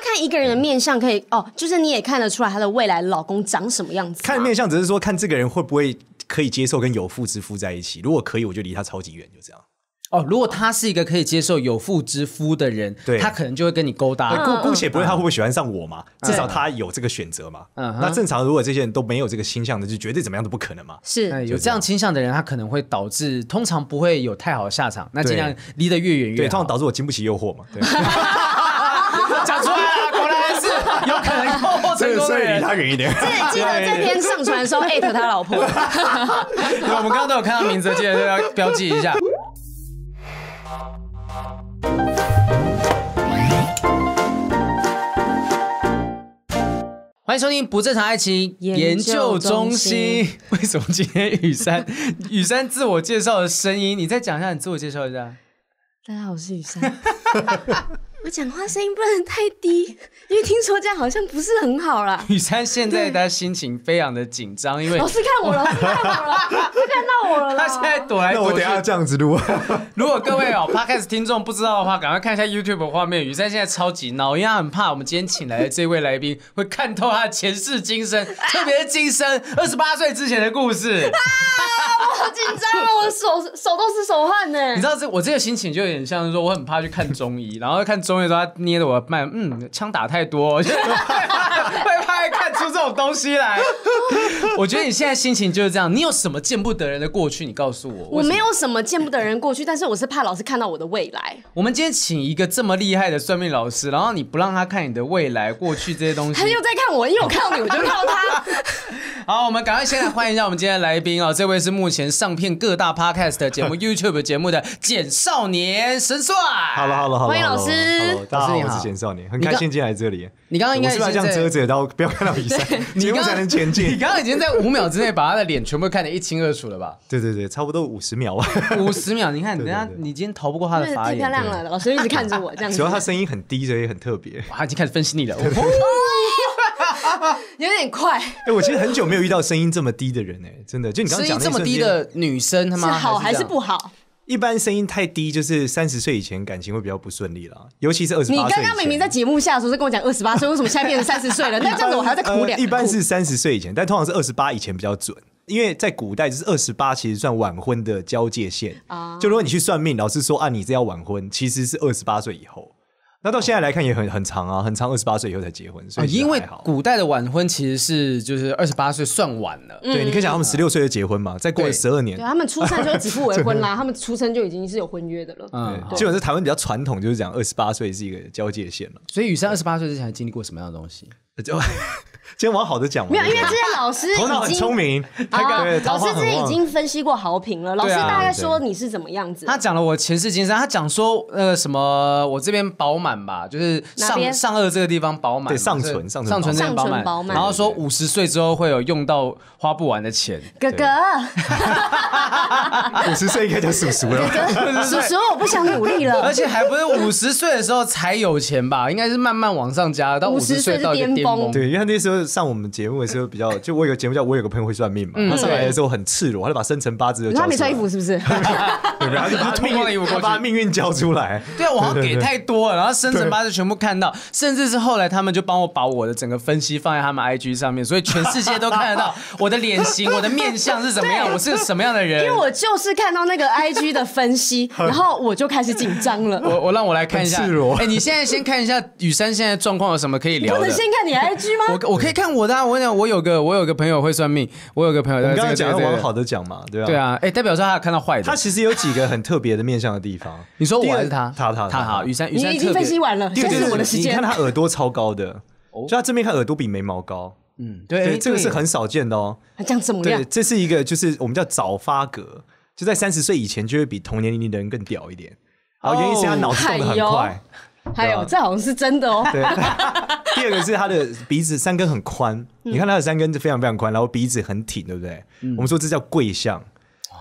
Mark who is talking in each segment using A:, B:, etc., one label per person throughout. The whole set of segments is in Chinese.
A: 看一个人的面相可以哦，就是你也看得出来她的未来老公长什么样子吗。啊
B: 看面相只是说看这个人会不会可以接受跟有妇之夫在一起，如果可以，我就离他超级远，就这样。
C: 哦，如果他是一个可以接受有妇之夫的人，
B: 对
C: 他可能就会跟你勾搭。
B: 姑姑且不论他会不会喜欢上我嘛，
C: 嗯
B: 至少他有这个选择嘛。那正常如果这些人都没有这个倾向的，就绝对怎么样都不可能嘛。
A: 是、
C: 哎有这样倾向的人，他可能会导致通常不会有太好的下场。那
B: 对
C: 尽量离得越远越
B: 对，
C: 好。
B: 通常导致我经不起诱惑嘛。 对，
C: 讲出来了，果然是有可 能诱惑成功
B: 所
C: 的
B: 以离
C: 人。
B: 他远一点。
A: 记得这篇上传的时候艾特他老婆。
C: 对，我们刚刚都有看到名字，记得都要标记一下。欢迎收听《不正常爱情研究中心》。为什么今天雨珊雨珊自我介绍的声音？你再讲一下，你自我介绍一下。
A: 大家好，我是雨珊。 我讲话声音不能太低，因为听说这样好像不是很好啦。
C: 雨珊现在她心情非常的紧张，因为
A: 老师看我了，老师看我 了，他看到我了啦。
C: 她现在躲来
B: 那
C: 躲
B: 我
C: 去
B: 等一。下这样子录。
C: 如果各位哦 ，Podcast 听众不知道的话，赶快看一下 YouTube 的画面。雨珊现在超级孬，因为她很怕我们今天请来的这位来宾会看透她的前世今生，特别是今生二十八岁之前的故事。
A: 好紧张啊，我的手 手都是手汗呢。
C: 你知道这我这个心情就有点像是说，我很怕去看中医，然后看中医的时候，他捏着我的脉，嗯，枪打太多， 我就会怕看出这种东西来。 我觉得你现在心情就是这样，你有什么见不得人的过去？你告诉我，
A: 我
C: 为什么
A: 没有什么见不得人过去，但是我是怕老师看到我的未来。
C: 我们今天请一个这么厉害的算命老师，然后你不让他看你的未来、过去这些东西
A: 他。又在看我，因为我看到你，我就看到 他。
C: 好，我们赶快先来欢迎一下我们今天的来宾哦，这位是目前上片各大 podcast 的节目、YouTube 节目的简少年神帅。
B: 好了好了好了，
A: 欢迎老师
B: Hello，大家
C: 老
B: 好，
C: 师你
B: 我
C: 好
B: 是简少年，很
C: 你刚
B: 开心今天来这里。
C: 你刚刚应该
B: 我是不是要这样
C: 已经在
B: 遮着，然后不要看到比赛，节目才能前
C: 你
B: 进。
C: 刚刚已经在五秒之内把他的脸全部看得一清二楚了吧？
B: 对对对，差不多五十秒吧。
C: 五十秒，你看，等
B: 对
C: 一下
B: 对对
C: 你今天逃不过他的
A: 真的
C: 法
A: 太漂
C: 眼。
A: 亮了，老师一直看着我 这样子
B: 主要，他声音很低，所以很特别。
C: 哇，他已经开始分啊析你 了。
A: 有点快，
B: 哎，我其实很久没有遇到声音这么低的人哎，真的。就你刚
C: 声
B: 刚
C: 音
B: 讲那一
C: 这么低
B: 瞬间，
C: 的女生，他
A: 是
C: 妈
A: 好还
C: 这
A: 是
C: 样
A: 不？好？
B: 一般声音太低，就是三十岁以前感情会比较不顺利啦，尤其是二十
A: 你
B: 八岁以前。
A: 刚刚明明在节目下的时候是跟我讲二十八岁，为什么现在变成三十岁 了？那这样子我还要再哭
B: 呃
A: 两哭
B: 一般是三十岁以前，但通常是二十八以前比较准。因为在古代，就是二十八其实算晚婚的交界线
A: 啊
B: 就如果你去算命，老师说啊，你这要晚婚，其实是二十八岁以后。那到现在来看也很很长啊，很长，二十八岁以后才结婚，所
A: 哦
C: 啊
B: 以其实
C: 因为
B: 还好
C: 古代的晚婚其实是就是二十八岁算晚了。
B: 对，你可以想他们十六岁就结婚嘛，再过
C: 对
B: 十二
A: 嗯
B: 年
A: 对，他们出生就指腹为婚 啦，他们出生就已经是有婚约的了。
C: 嗯，好
B: 基本上台湾比较传统，就是讲二十八岁是一个交界线了。
C: 所以雨珊二十八岁之前还经历过什么样的东西？
B: 就 今天往好的讲嘛，
A: 没有，因
B: 对
A: 为
B: 不
A: 这
B: 对
A: 些老师
B: 头脑
A: 已
B: 很
A: 经
B: 聪明，他
A: 啊
B: 对，
A: 老
B: 桃
A: 师
B: 花
A: 之
B: 很
A: 前已
B: 旺。
A: 经分析过好评了，老师
C: 对啊
A: 大概说你是怎么样子。
C: 他讲了我前世今生，他讲说呃什么我这边饱满吧，就是
A: 哪
C: 上
A: 边
C: 上颚这个地方饱满嘛，
B: 对上唇
C: 是
B: 上唇
C: 上唇这边饱
A: 上唇饱
C: 满，
A: 满
C: 然后说五十岁之后会有用到花不完的 钱。
A: 哥哥，
B: 五十岁应该叫叔叔了吧。
A: 叔叔，我不想努力了
C: 而。且还不是五十岁的时候才有钱吧？应该是慢慢往上加，到
A: 50
C: 十岁到一个
A: 是巅
C: 巅
A: 峰
C: 峰。
B: 对，因为他那时候上我们节目的时候比较，就我有个节目叫《我有个朋友会算命》嘛，他上来的时候很赤裸，他就把生辰八字都
A: 他
B: 交
A: 没
B: 出
A: 穿
B: 来
A: 衣服，是不是？
B: 对，然后就把
C: 脱光了衣服过
B: 他
C: 去
B: 把命运交出来。
C: 对啊，我好像给
B: 对
C: 太多了，然后生辰八字全部看到，甚至是后来他们就帮我把我的整个分析放在他们 IG 上面，所以全世界都看得到我的脸型、我的面相是怎 么样，我是个什么样的人。
A: 因为我就是看到那个 IG 的分 析，然后我就开始紧张了。
C: 我我让我来看一下
B: 很赤裸，
C: 哎，你现在先看一下雨珊现在状况有什么可以聊
A: 不
C: 的
A: 能。先看你 IG 吗？
C: 我我可以看我的、啊，我跟你讲，我有个我有个朋友会算命，我有个朋友
B: 我们刚刚
C: 这
B: 讲
C: 个
B: 要
C: 这个这
B: 往
C: 个
B: 好的讲嘛，对吧？
C: 对。啊，哎、代表说他有看到坏
B: 他
C: 的。
B: 其实有几个很特别的面向的地方。
C: 你说我还是
B: 第二
C: 他？
B: 他他
C: 他好，雨珊雨
A: 你
C: 珊
A: 已
C: 特
A: 经分
C: 别
A: 析，完了，
B: 第二
A: 现
B: 就
A: 在是我的
B: 是
A: 时
B: 你看
A: 间。
B: 他耳朵超高的，就他这边看耳朵比眉毛高，
C: 嗯，对，
B: 对，
C: 哎
B: 这个是很少见的哦。
A: 这样怎么样
B: 对，？这是一个就是我们叫早发格，就在三十岁以前就会比同年龄的人更屌一点。然后原因是他脑子动得很
A: 哦哎
B: 快
A: 呦。还有，这好像是真的哦。
B: 对， 第二个是他的鼻子三根很宽，你看他的三根是非常非常宽，然后鼻子很挺，对不对？我们说这叫贵相，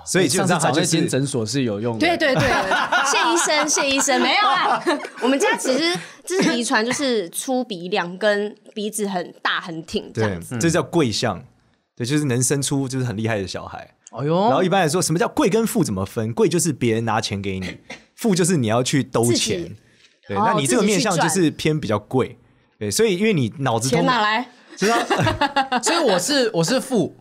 B: 所以基
C: 上
B: 本上
C: 次
B: 他
C: 找
B: 就
C: 那间
B: 是
C: 诊所是有用的。
A: 对对对， 谢医生，谢医生，没有啊啦。我们家其实这是遗传，就是粗鼻梁跟鼻子很大很挺这
B: 对
A: 样子。，
B: 这叫贵相，对，就是能生出就是很厉害的小孩。
C: 哎
B: 然后
C: 呦，
B: 一般来说，什么叫贵跟富怎么分？贵就是别人拿钱 给你，富就是你要去兜
A: 自己
B: 钱。对，
A: 哦
B: 那你这个
A: 自己去
B: 面相就
A: 赚
B: 是偏比较贵。对，所以因为你脑子
A: 钱
B: 通，
A: 哪来？
B: 知道，
C: 所以我是我是负。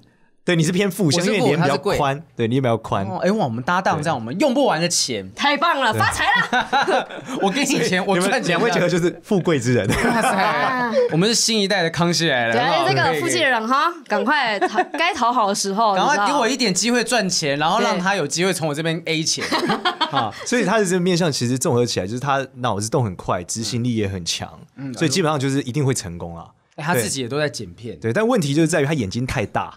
B: 对，你是偏负向，
C: 我是
B: 因
C: 负
B: 为脸比
C: 他
B: 较
C: 是贵
B: 宽，对，脸比较宽。
C: 哦，哎、哇，我们搭档这样，我们用不完的钱，
A: 太棒了，发财 了！
C: 我给你钱，我
B: 你们
C: 赚钱啊
B: 两位结合就是富贵之 人，
C: 哇塞，我们是新一代的康熙来了，
A: 对
C: 很好
A: 啊，这
C: 可以
A: 个
C: 可以
A: 附近的人哈，赶快讨该讨好的时候，
C: 赶
A: 你知
C: 快
A: 道
C: 给我一点机会赚钱，然后让
A: 对
C: 他有机会从我这边 A 钱。
B: 啊，所以他的这个面相其实综合起来，就是他脑子动很快，执行力也很强，
C: 嗯
B: 所以基本上就是一定会成功啊。
C: 哎他自己也都在剪片，
B: 对，但问题就是在于他眼睛太大。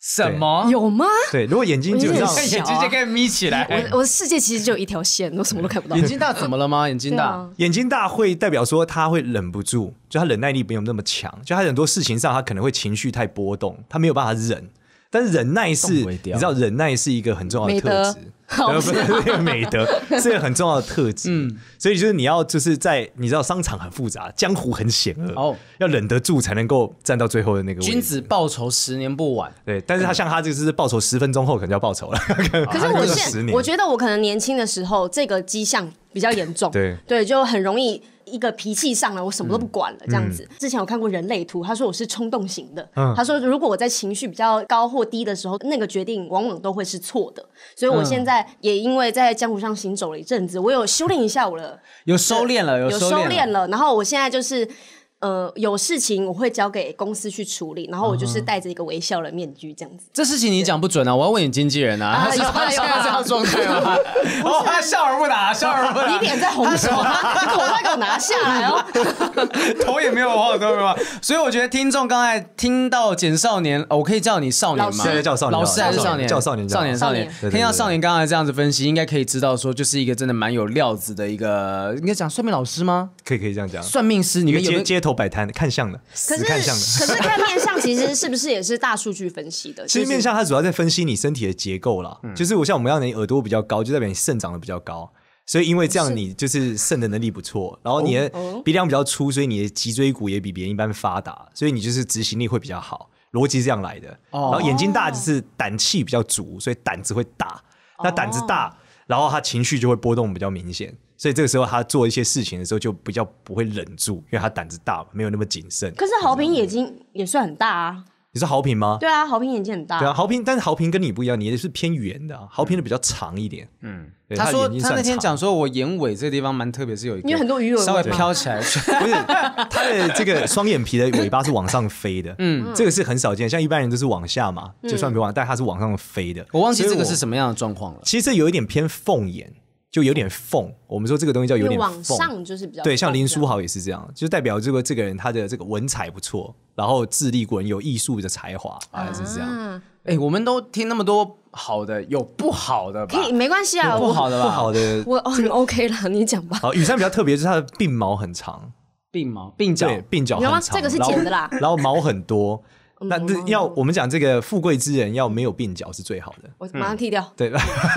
C: 什 么？
A: 有吗？
B: 对，如果眼睛基本
A: 有
B: 上
A: 点
C: 看眼睛就可以眯起来。
A: 啊我我的世界其实只有一条线，我什么都看不到。
C: 眼睛大怎么了吗？眼睛
A: 对
C: 大
A: 啊，
B: 眼睛大会代表说他会忍不住，就他忍耐力没有那么强，就他很多事情上他可能会情绪太波动，他没有办法忍。但是忍耐是，
C: 动为
B: 你
C: 调
B: 知道忍耐是一个很重要的特质，对不是这个美德，是一个很重要的特质。
C: 嗯
B: 所以就是你要就是在你知道商场很复杂，江湖很险恶，
C: 哦
B: 要忍得住才能够站到最后的那个位置。
C: 君子报仇十年不晚。
B: 对，但是他像他这个是报仇十分钟后可能就要报仇了，
A: 可是
B: 他
A: 我
B: 忍了啊 十
A: 现，
B: 年
A: 我觉得我可能年轻的时候这个迹象比较严重，
B: 对
A: 就很容易一个脾气上来，我什么都不管了这样子。之前有看过人类图，他说我是冲动型的，
B: 嗯
A: 他说如果我在情绪比较高或低的时候，那个决定往往都会是错的。所以我现在也因为在江湖上行走了一阵子，我有修炼一下我的，
C: 有收敛了，
A: 有
C: 收
A: 收敛。了，然后我现在就是。呃，有事情我会交给公司去处理，然后我就是戴着一个微笑的面具这样子。
C: 这事情你讲不准啊！我要问你经纪人啊，
A: 啊
C: 他是
A: 有啊
C: 他现
A: 有
C: 在
A: 啊
C: 这样状态吗？ 哦，他笑而不答，笑而不答，
A: 你脸在红什么？你口罩给我拿下来哦！
C: 头也没有，我头也没有。所以我觉得听众刚才听到简少年，哦我可以叫你少年吗？
A: 老师
B: 叫少年
C: 老师还是
B: 叫
C: 少
B: 少
C: 年？
B: 年叫
C: 少
B: 少
C: 年，
B: 年
C: 少
A: 少
B: 年
C: 听到少年刚才这样子分析，应该可以知道说，就是一个真的蛮有料子的一个，应该讲算命老师吗？
B: 可以可以这样讲，
C: 算命师，你
B: 一
C: 们
B: 个
C: 有没
B: 街街
C: 有？
B: 头摆摊看相的，
A: 可
B: 死
A: 是
B: 看相的。
A: 可是 看面相，其实是不是也是大数据分析的？
B: 其实面相它主要在分析你身体的结构啦，
A: 嗯
B: 就是我像我们让你耳朵比较高，就代表你肾长得比较高，所以因为这样你就是肾的能力不错，然后你的
A: 哦
B: 鼻梁比较粗，所以你的脊椎骨也比别人一般发达，所以你就是执行力会比较好，逻辑是这样来的。
C: 哦
B: 然后眼睛大就是胆气比较足，所以胆子会大，
A: 哦
B: 那胆子大，然后他情绪就会波动比较明显。所以这个时候，他做一些事情的时候就比较不会忍住，因为他胆子大嘛，没有那么谨慎。
A: 可是豪平眼睛也算很大啊，
B: 你是好评吗？
A: 对啊，豪平眼睛很
B: 对
A: 大
B: 啊，。豪平，但是豪平跟你不一样，你也是偏圆的、啊，豪平的比较长一点。嗯，
C: 他说
B: 的眼睛
C: 他
B: 算
C: 那天
B: 长
C: 讲说，我眼尾这个地方蛮特别，是有一个
A: 你有很多鱼尾纹啊
C: 稍微
A: 吗
C: 飘起 来，
B: 不是 他的这个双眼皮的尾巴是往上飞的，嗯，这个是很少见，像一般人都是往下嘛，就算皮往，但它是往上飞的。
C: 嗯我忘记这个是
B: 么，
C: 什么样的状况了。
B: 其实这有一点偏凤眼，就有点凤，我们说这个东西叫有
A: 因为
B: 点
A: 往
B: 凤。
A: 上就是比较
B: 对，像林书豪也是这样，就代表这个这个人他的这个文采不错，然后智力滚有艺术的才华，啊、是这样。
A: 啊，
C: 哎，我们都听那么多好的，有不好的吧
A: 可？以没关系啊，
C: 有不
A: 我
C: 好的
B: 不
C: 吧？
B: 好的，
A: 我哦很 OK 了，你讲吧。
B: 好，雨山比较特别，就是他的鬓毛很长，
C: 鬓毛、鬓角
B: 对，鬓角
A: 你知道吗
B: 很长，
A: 啊这个是
B: 然后
A: 剪的啦
B: 然后 毛很多。那
A: 嗯
B: 这
A: 毛
B: 要我们讲这个富贵之人要没有鬓角是最好的，
A: 我马上剃掉，
B: 对吧？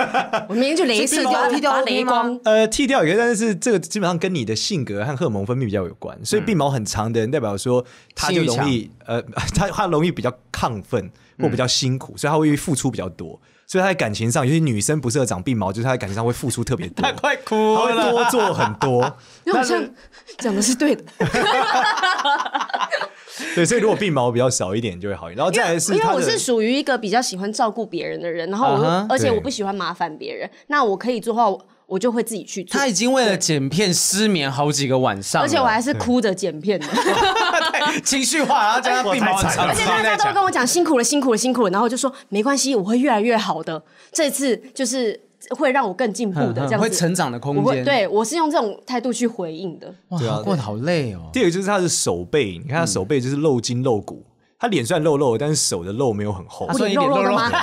A: 我明天就镭射
C: 剃掉
A: 把它
C: 剃掉
A: 把它
C: OK
A: 雷
C: 吗
A: 光。
B: 呃，剃掉也可以，但是这个基本上跟你的性格和荷尔蒙分泌比较有关，
A: 嗯
B: 所以鬓毛很长的人代表说他就容易呃， 他他容易比较亢奋或比较辛
A: 嗯
B: 苦，所以他会付出比较多，所以他在感情上，尤其女生不适合长鬓毛，就是她在感情上会付出特别 多，
C: 他
B: 她
C: 快哭
B: 会
C: 了。
B: 多做很多。
A: 你好像 讲的是对的，
B: 对，所以如果鬓毛比较少一点就会好一点，然后
A: 因
B: 再
A: 为
B: 来是
A: 因为
B: 他
A: 我
B: 的
A: 是属于一个比较喜欢照顾别人的人，然后我又
C: 啊哈
A: 而且
B: 对
A: 我不喜欢麻烦别人，那我可以做的话，我我就会自己去做
C: 他。已经为了剪片失眠好几个晚上了，
A: 而且我还是哭着剪片的，
C: 对情绪化，然后
A: 哎
C: 加上鬓毛很长，
A: 而且大家都跟我讲辛苦了，辛苦了，辛苦了，然后我就说没关系，我会越来越好的。这次就是会让我更进步的，这样子
C: 会成长的
A: 我
C: 空
A: 会
C: 间。，
A: 对我是用这种态度去回应的。
C: 哇
B: 对啊，
C: 过得好累哦。
B: 第二个就是他的手背，你看他手背就是露筋露骨，他脸虽然露肉，但是手的肉没有很 厚
A: 他，说
C: 说你
A: 你
C: 脸
A: 肉
C: 肉
A: 肉
C: 肉
A: 的吗？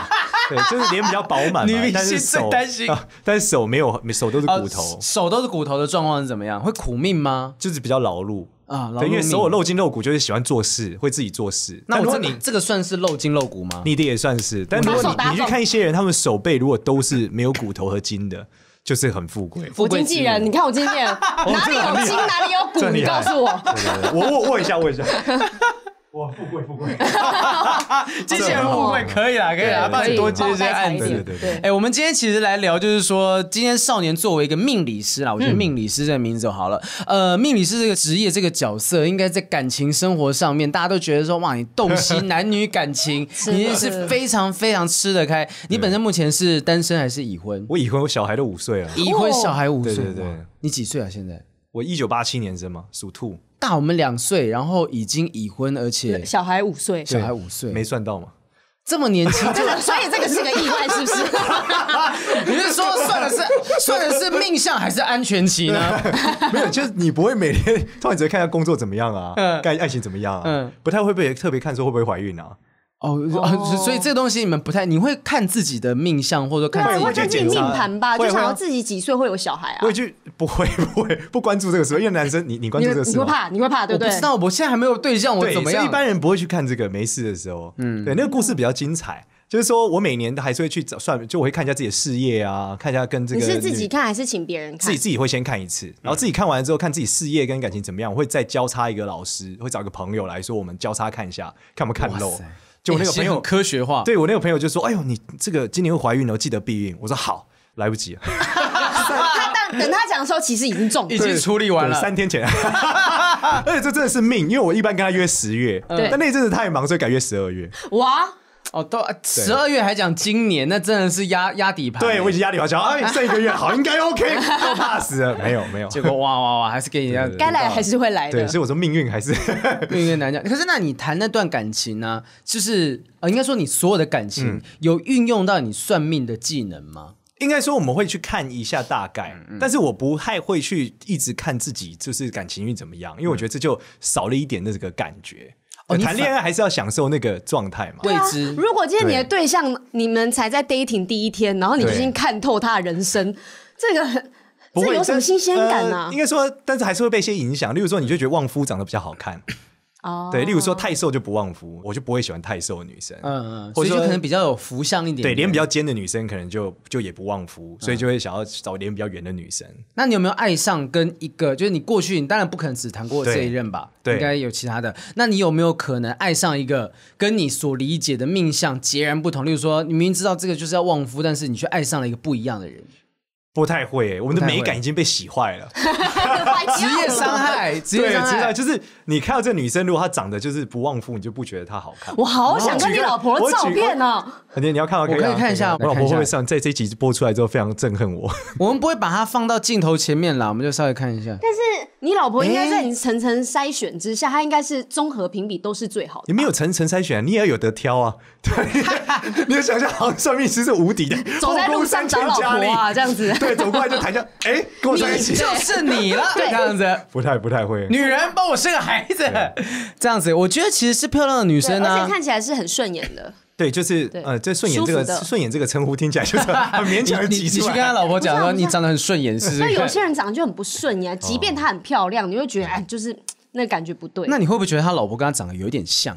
B: 对，就是脸比较饱满嘛。
C: 女明星
B: 但是手
C: 最担心
B: 啊但是手没有，手都是骨头
C: 哦，手都是骨头的状况是怎么样？会苦命吗？
B: 就是比较劳碌
C: 啊劳碌
B: 对，因为
C: 命
B: 手有露筋露骨，就是喜欢做事，会自己做事。
C: 那
B: 但如
C: 我
B: 果
C: 这
B: 你
C: 这个算是露筋露骨吗？
B: 你的也算是，但如果
A: 打手打
B: 你
A: 手
B: 你去看一些人，他们手背如果都是没有骨头和筋的，就是很富 贵。
A: 我经纪人，你看我经纪
C: 啊
A: 人哪里有筋，哪里有骨，
B: 哦这很
A: 你
B: 厉害
A: 告诉我。
B: 对对对我握握一下，握一下。
D: 哇，富贵富贵，
C: 机器人误会可以啦，可以啦，
A: 哦对
C: 啊帮你多接
A: 帮
C: 一
A: 我
C: 些
A: 带
C: 案
A: 财一
C: 子
A: 点。
B: 对对对
C: 哎、我们今天其实来聊，就是说，今天少年作为一个命理师啦，我觉
B: 嗯
C: 得命理师这个名字就好了。呃，命理师这个职业这个角色，应该在感情生活上面，大家都觉得说，哇，你洞 悉男女感情，
A: 是
C: 你是非常非常吃得开。你本身目前是单身还是已婚？
B: 我已婚，我小孩都五岁了。
C: 已婚，小孩五岁。
B: 对对对
C: 哇你几岁啊？现在
B: 我一九八七年生嘛，属兔，
C: 大我们两岁，然后已经已婚，而且
A: 小孩五岁，
C: 小孩五岁，
B: 没算到嘛？
C: 这么年轻就
A: 这 个所以这个是个意外，是不是？
C: 你是说算的是算的是命相还是安全期呢？
B: 没有，就是你不会每天 突然只会看一下工作怎么样啊，看爱情怎么样啊
C: 嗯，
B: 不太会被特别看说会不会怀孕啊。
C: 哦，哦所以这个东西你们不太，你会看自己的命相，或者说看
A: 对，啊
C: 自
A: 或
C: 己
A: 者
C: 的
A: 是
B: 去检
A: 命
B: 查
A: 盘吧，
B: 会
A: 就
B: 啊
A: 想
B: 会
A: 要
B: 啊
A: 自己几岁会有小孩啊
B: 我？也就不会不会 不关注这个事，因为男生你你关
A: 你
B: 注这
A: 会
B: 个
A: 你
B: 事
A: 会
B: 吗？
A: 怕，你会怕，对
C: 我
A: 不
C: 不
A: 对
C: 知？道，我现在还没有对象，我
B: 对，
C: 怎么
B: 所
C: 样？
B: 以一般人不会去看这个，没事的时候，嗯，对，那个故事比较精彩。就是说我每年都还是会去找算，就我会看一下自己的事业啊，看一下跟这
A: 你
B: 个
A: 是自己
B: 女
A: 看还是请别人
B: 自
A: 看
B: 己？自己会先看一次，然后自己看完之后看自己事业跟感情怎么样，我会再交叉一个老师，会找一个朋友来说我们交叉看一下，看不看
C: 哇
B: 漏
C: 塞。
B: 就我那个
C: 欸
B: 朋
C: 是
B: 友
C: 很，科学化，
B: 对我那个朋友就说：“哎呦，你这个今年会怀孕哦，记得避孕。”我说：“好，来不 及了，
A: 他但等他讲的时候，其实已经中了
C: 已。经处理完
B: 对
C: 了。
B: 三天前。 而且这真的是命，因为我一般跟他约十月，
A: 对
B: 但那一阵子太忙，所以改约十二月。
A: 哇，
C: 哦，都十二月还讲今年，那真的是压压底盘。欸
B: 对我已经压力好小， 哎，剩一个月，好，应该 OK，都怕死了，没有没有。
C: 结果哇哇哇，还是给你这样
B: 对对
A: 该来还是会来的
B: 对，。所以我说命运还是
C: 越越难讲。可是，那你谈那段感情呢、就是呃，应该说你所有的感情、
B: 嗯
C: 有运用到你算命的技能吗？
B: 应该说我们会去看一下大概，但是我不太会去一直看自己就是感情运怎么样，因为我觉得这就少了一点那个感觉。
C: 哦你
B: 谈恋爱还是要享受那个状态嘛。
C: 未
A: 啊
C: 知。
A: 如果今天你的对象，你们才在 dating 第一天，然后你就已
B: 对
A: 经看透他的人生，这个很
B: 不
A: 这
B: 会
A: 有什么
B: 但
A: 新鲜感啊
B: 呃应？该说，但是还是会被一些影响。例如说，你就觉得旺夫长得比较好看，
A: 哦
B: 对。例如说太瘦就不旺夫，我就不会喜欢太瘦的女生。
C: 嗯嗯，
B: 或
C: 所以
B: 者
C: 就
B: 说
C: 可能比较有福相一点
B: 对，
C: 点。
B: 脸比较尖的女生可能就就也不旺夫，所以就会想要找脸比较圆的女生。
C: 那你有没有爱上跟一个？就是你过去，你当然不可能只谈过这一任吧，
B: 对对
C: 应该有其他的。那你有没有可能爱上一个跟你所理解的命相截然不同？例如说，你明明知道这个就是要旺夫，但是你却爱上了一个不一样的 人，
B: 不太会、我们的
C: 不太会
B: 美感已经被洗坏了。
A: 职
C: 职业伤。害，职业
B: 对，
C: 伤
B: 知道
C: 害。
B: 就是你看到这女生，如果她长得就是不旺夫，你就不觉得她好看。
A: 我好想跟你老婆的照片哦！
B: 你你要看到可以
C: 我
B: 啊
C: 可以看一下
B: 我老婆会
C: 我看一下
B: 不会上在这一集播出来之后非常憎恨我？
C: 我们不会把它放到镜头前面啦，我们就稍微看一下。
A: 但是你老婆应该在你层层筛选之下，她应该是综合评比都是最好的
B: 你。没有层层筛选，你也要有得 挑啊。对，你要想象好像算命师是无敌的，
A: 走在
B: 后
A: 路
B: 宫
A: 上
B: 三
A: 找
B: 千
A: 老
B: 佳
A: 婆
B: 丽。
A: 啊，这样子。
B: 对，走过来就谈一下，哎，跟我在一起
A: 你。
C: 就是你 了，这样子，
B: 不太不太会，
C: 女人帮我生个孩子，这样子，我觉得其实是漂亮的
A: 对，
C: 女生
A: 而
C: 啊
A: 且。看起来是很顺眼的。
B: 对，就是
A: 对
B: 呃，这顺眼这
A: 舒服
B: 个
A: 的
B: 顺眼这个称呼听起 来就是很勉
C: 你
B: 强的
C: 你
B: 挤
C: 你去
B: 出
C: 跟他
B: 来。
C: 老婆讲
A: 不
C: 说
A: 是啊不是啊
C: 你长得很顺眼，试试
A: 所以有
C: 看。
A: 些人长得就很不顺眼，即便她很漂亮，你会觉得哎，就是那感觉不对。
C: 那你会不会觉得他老婆跟他长得有一点像？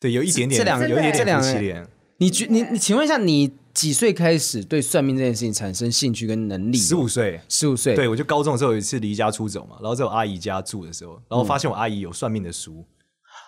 B: 对，有一点点，
C: 这两个
B: 有一点
C: 啊这两
B: 点夫
C: 个
B: 妻脸。
C: 你觉你你，请问一下，你几岁开始对算命这件事情产生兴趣跟能力？
B: 十五岁，
C: 十五岁，
B: 对，我就高中的时候有一次离家出走嘛，然后在我阿姨家住的时候，然后发现我阿姨有算命的书，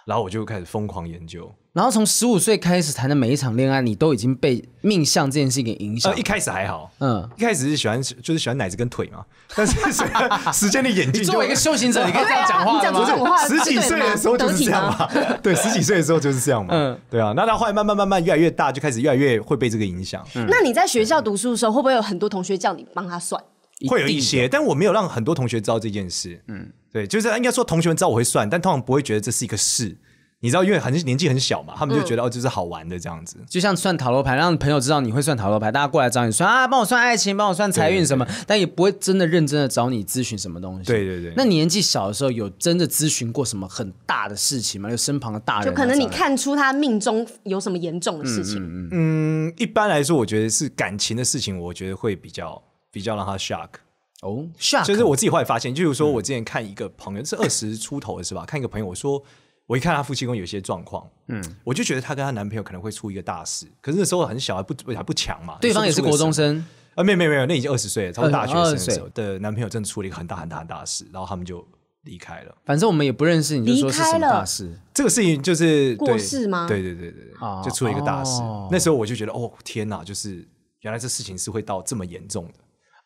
B: 然后我就开始疯狂研究。
C: 然后从十五岁开始谈的每一场恋爱，你都已经被命相这件事情给影响
B: 呃，。一开始还好，
C: 嗯
B: 嗯，一开始是喜欢就是喜欢奶子跟腿嘛，但是随 着时间的演进
C: 你
B: 就，
C: 作为一个修行者，你可以这样讲话
A: 你
C: 的
A: 讲出这
C: 吗？
A: 种话，
B: 十几岁的时候就是这样嘛，对，十几岁的时候就是这样嘛，
C: 嗯
B: 对啊。那到后来慢慢慢慢越来越大，就开始越来越会被这个影响，
A: 那你在学校读书的时候，会不会有很多同学叫你帮他算？
B: 会有
C: 定
B: 一些，但我没有让很多同学知道这件事。嗯，对，就是应该说同学们知道我会算，但通常不会觉得这是一个事。你知道，因为很年纪很小嘛，他们就觉得、哦，就是好玩的这样子。
C: 就像算塔罗牌，让朋友知道你会算塔罗牌，大家过来找你算啊，帮我算爱情，帮我算财运什么，但也不会真的认真的找你咨询什么东西。
B: 对对对
C: 那你年纪小的时候，有真的咨询过什么很大的事情吗？就身旁的大人啊、
A: 就可能你
C: 这样
A: 看出他命中有什么严重的事情，
B: 嗯，一般来说，我觉得是感情的事情，我觉得会比较比较让他 shock。
C: 哦，下
B: 就是我自己后来发现，就是说
C: 嗯
B: 我之前看一个朋友，是二十出头的是吧？看一个朋友，我说我一看她夫妻宫有一些状况，嗯，我就觉得她跟她男朋友可能会出一个大事。可是那时候很小，还不还不强嘛，
C: 对方也是
B: 说不出呃
C: 国
B: 个什
C: 中
B: 么
C: 生，
B: 啊，没有没有没有，那已经二十岁了，差不多大学生
C: 20
B: 的时候的男朋友真的出了一个很大很大很大的事，然后他们就离开了。
C: 反正我们也不认识，你就说是什
A: 离开
C: 么
A: 了
C: 大事？
B: 这个事情就是
A: 过
B: 对
A: 世吗
B: 对对对对对，
C: 啊
B: 就出了一个大事。
C: 哦
B: 那时候我就觉得，哦天哪，就是原来这事情是会到这么严重的。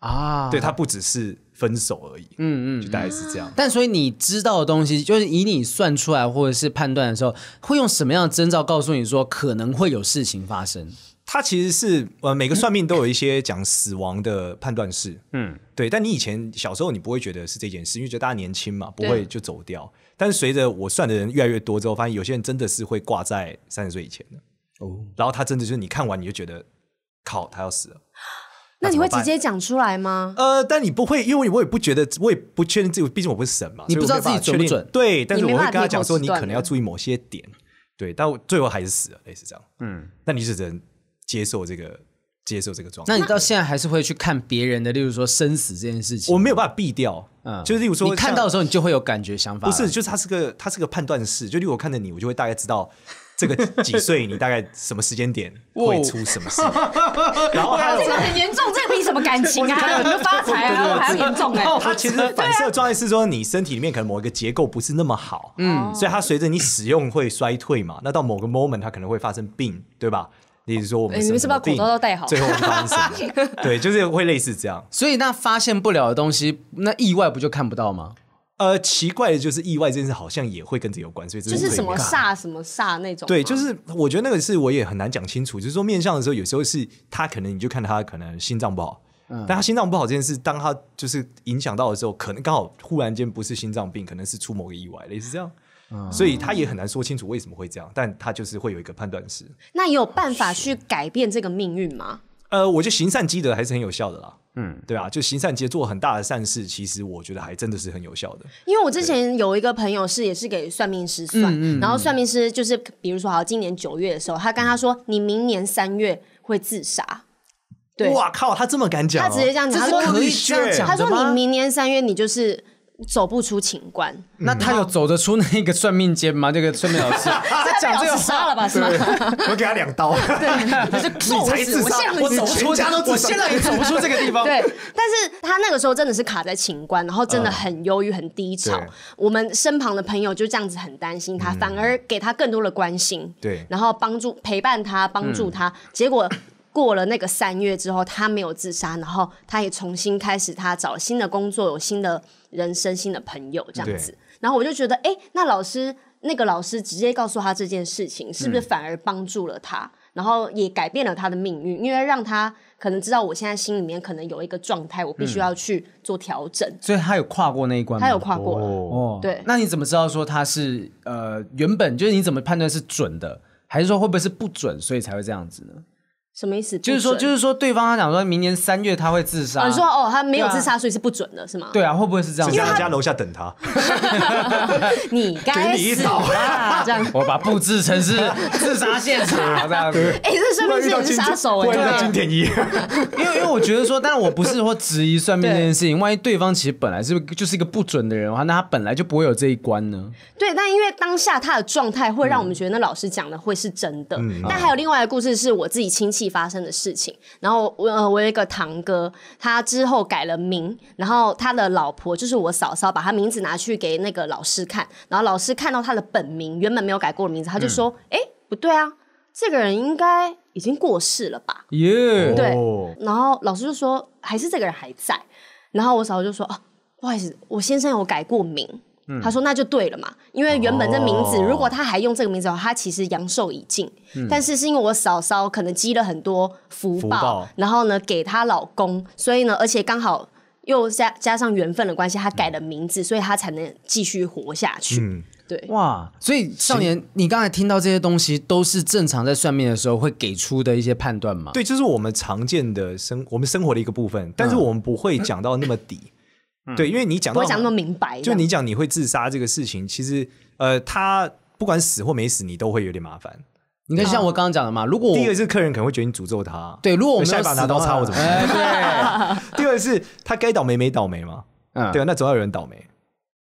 C: 啊，
B: 对，它不只是分手而已，
C: 嗯
B: 就
C: 嗯。
B: 大概是这样。
C: 但所以你知道的东西，就是以你算出来或者是判断的时候，会用什么样的征兆告诉你说可能会有事情发生？
B: 它其实是呃，每个算命都有一些讲死亡的判断式，
C: 嗯
B: 嗯，对。但你以前小时候你不会觉得是这件事，因为觉得大家年轻嘛，不
A: 对
B: 会就走掉。但是随着我算的人越来越多之后，发现有些人真的是会挂在三十岁以前的，
C: 哦，
B: 然后他真的就是你看完你就觉得，靠，他要死了。
A: 那你会
B: 怎么办
A: 直接讲出来吗？
B: 呃，但你不会，因为我也不觉得，我也不确定自己，毕竟我不是神嘛，
C: 你
B: 所以
C: 不知道
B: 我没办法
C: 自己准不
B: 确定
C: 准
B: 对，但是
A: 你没
B: 我会
A: 办
B: 跟
A: 法
B: 他
A: 立
B: 讲
A: 口
B: 说，
A: 时
B: 你
A: 断
B: 可能
A: 的
B: 要注意某些点，对，但我最后还是死了，类似这样。
C: 嗯
B: 嗯，那你就只能接受这个，接受这个状态。
C: 那你到现在还是会去看别人的，例如说生死这件事情？
B: 我没有办法避掉，
C: 嗯
B: 就是例如说
C: 你看
B: 像
C: 到的时候，你就会有感觉想
B: 不
C: 法了。
A: 啊
B: 是，就是它是个它是个判断式，就例如我看着你，我就会大概知道这个几岁，你大概什么时间点会出什么事， 然后还有
A: 这个很严重，这个比什么感情 啊？你们发财
B: 对对
A: 啊，
B: 对哦
A: 还要严重哎、
B: 它其实反射状态是说，你身体里面可能某一个结构不是那么好，嗯，所以它随着你使用会衰退嘛。那到某个 moment，它可能会发生病，对吧？例如说我们
A: 哎你
B: 什
A: 们
B: 么
A: 是不是把
B: 病
A: 口罩都戴好
B: 最后会发生什么？ 对，就是会类似这样。
C: 所以那发现不了的东西，那意外不就看不到吗？
B: 呃，奇怪的就是意外这件事好像也会跟这有关，所以这
A: 就是
B: 最
A: 什么
B: 尴尬
A: 煞什么煞那种吗。
B: 对，就是我觉得那个是我也很难讲清楚，就是说面相的时候，有时候是他可能你就看他可能心脏不好，但他心脏不好这件事，当他就是影响到的时候，可能刚好忽然间不是心脏病，可能是出某个意外，类似这样。所以他也很难说清楚为什么会这样，但他就是会有一个判断是，
A: 那也有办法去改变这个命运吗？
B: 呃，我觉得行善积德还是很有效的啦，嗯，对啊，就行善积德做很大的善事，其实我觉得还真的是很有效的。
A: 因为我之前有一个朋友是也是给算命师算，
B: 嗯
A: 然后算命师就是比如说，好，今年九月的时候，他跟他说，你明年三月会自杀。对，
B: 哇靠，他这么敢讲哦、
A: 他直接这样讲，嗯他
C: 这
A: 说
C: 是可以
B: 血
C: 这样
A: 他
C: 讲的
A: 说
C: 吗？
A: 你明年三月你就是走不出情关，
C: 那他有走得出那个算命街吗？这个算命老 师，他讲这个
A: 老师杀
C: 话，
A: 了哎吧，是吗？
B: 我给他两刀，
A: 他就
B: 你才
A: 死，
B: 自
A: 我
B: 杀
A: 现在，
B: 我
A: 很走不
B: 全
A: 出。
B: 家都
C: 我
B: 自杀
C: 现在也走不出这个地 方。
A: 对，但是他那个时候真的是卡在情关，然后真的很忧郁、很低潮
B: 对。
A: 我们身旁的朋友就这样子很担心他，反而给他更多的关心，
B: 对
A: 然后帮助、陪伴他、帮助他。结果过了那个三月之后，他没有自杀，然后他也重新开始，他找了新的工作，有新的人生、新的朋友这样子
B: 对。
A: 然后我就觉得，哎、那老师那个老师直接告诉他这件事情，
C: 嗯
A: 是不是反而帮助了他？然后也改变了他的命运，因为让他可能知道我现在心里面可能有一个状态，我必
C: 嗯
A: 须要去做调整。
C: 所以他有跨过那一关吗，
A: 他有跨过了，
C: 哦
A: 对
C: 那你怎么知道说他是呃原本就是你怎么判断是准的，还是说会不会是不准，所以才会这样子呢？
A: 什么意思？
C: 就是说，
A: 不准
C: 就是说，对方他讲说明年三月他会自杀，
A: 哦你说哦，他没有
C: 对啊
A: 自杀，所以是不准的，是吗？
C: 对啊，会不会是这样
B: 就
C: 子
B: 在？他家楼下等 他。
A: 你该
B: 给你一
A: 死
B: 刀
A: 啊！这样，
C: 我把布置成是自杀现场这样 子，
A: 哎，这算命师也是杀手哎，
B: 忽然遇到
A: 对
B: 金田一，
C: 因为因为我觉得说，当然我不是说质疑算命这件事情，万一对方其实本来是就是一个不准的人的话，那他本来就不会有这一关呢。
A: 对，但因为当下他的状态会让我们觉得那老师讲的会是真的。但还有另外一个故事是我自己亲戚发生的事情。然后我呃，我有一个堂哥，他之后改了名，然后他的老婆就是我嫂嫂，把他名字拿去给那个老师看，然后老师看到他的本名，原本没有改过的名字，他就说：“哎、不对啊，这个人应该已经过世了吧？”
C: 耶，
A: 对
B: 哦
A: 然后老师就说还是这个人还在，然后我嫂嫂就说哦，不好意思，我先生有改过名。他说：“那就对了嘛，因为原本这名字，
B: 嗯哦嗯
A: 如果他还用这个名字的话，他其实阳寿已尽。但是是因为我嫂嫂可能积了很多福
B: 福
A: 报，
B: 报
A: 然后呢给她老公，所以呢，而且刚好又加加上缘分的关系，她改了名字，所以她才能继续活下去。
B: 嗯
A: 对，
C: 哇！所以少年，你刚才听到这些东西，都是正常在算命的时候会给出的一些判断吗？
B: 对，这是我们常见的生我们生活的一个部分，但是我们不会讲到那么底。对，因为你讲
A: 不
B: 到
A: 会讲那么明白。
B: 就你讲你会自杀这个事情，其实呃，他不管死或没死，你都会有点麻烦。
C: 你看，像我刚刚讲的嘛，如果我
B: 第一个是客人可能会觉得你诅咒他，
C: 对，如果我们
B: 下一把拿刀插我怎么办？
C: 哎，对，
B: 第二个是他该倒霉没倒霉嘛，
C: 嗯，
B: 对啊，那总要有人倒霉，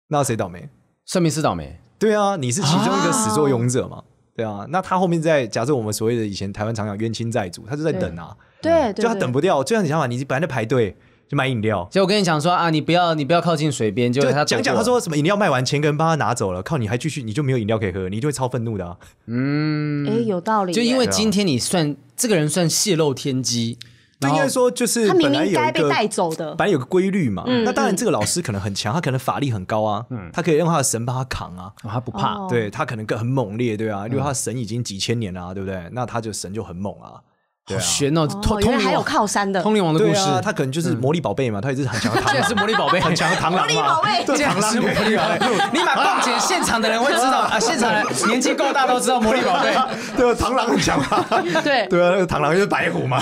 B: 那谁倒霉？
C: 算命师倒霉，
B: 对啊，你是其中一个始作俑者嘛。对啊，那他后面在假设我们所谓的以前台湾常讲冤亲债主，他就在等啊，
A: 对，对
B: 就他等不掉，就像你想法，你本来在排队，就买饮料。
C: 结果我跟你讲说啊，你不要你不要靠近水边，结
B: 就
C: 果他
B: 讲
C: 走
B: 讲，他
C: 过
B: 说什么饮料卖完，钱跟帮他拿走了，靠你还继续，你就没有饮料可以喝，你就会超愤怒的、啊。
A: 哎、有道理耶。
C: 就因为今天你算这个人算泄露天机，
B: 这
C: 然
B: 应
C: 后
B: 该说就是
A: 他明
B: 本来有
A: 明
B: 一
A: 该
B: 个
A: 被带走嗯的，
B: 本来有个规律嘛。那当然，这个老师可能很强，他可能法力很高啊，
C: 嗯
B: 他可以用他的神帮他扛啊。
C: 哦他不怕，
A: 哦
B: 对他可能更很猛烈，对
C: 嗯
B: 啊，因为他神已经几千年了、啊，对不对？那他就神就很猛啊，对
C: 好
B: 啊。
C: 悬哦，
A: 哦
C: 通，
A: 原
C: 通
A: 来
C: 灵
A: 还有
C: 王，
A: 靠山的。
C: 通灵王的故
B: 对
C: 事，嗯
B: 啊，他可能就是魔力宝贝嘛，他也是 很强的螳
C: 竟然
B: 螂，
C: 是魔力宝贝，
B: 很强的螳螂
A: 啊魔力宝
B: 嘛，
A: 贝
B: 对螳螂女
C: 力宝贝，立马逛街现场的人会知道啊，现场人年纪够大都知道魔力宝贝，
B: 对啊，螳螂很强啊，
A: 对
B: 对啊，那个螳螂就是白虎嘛，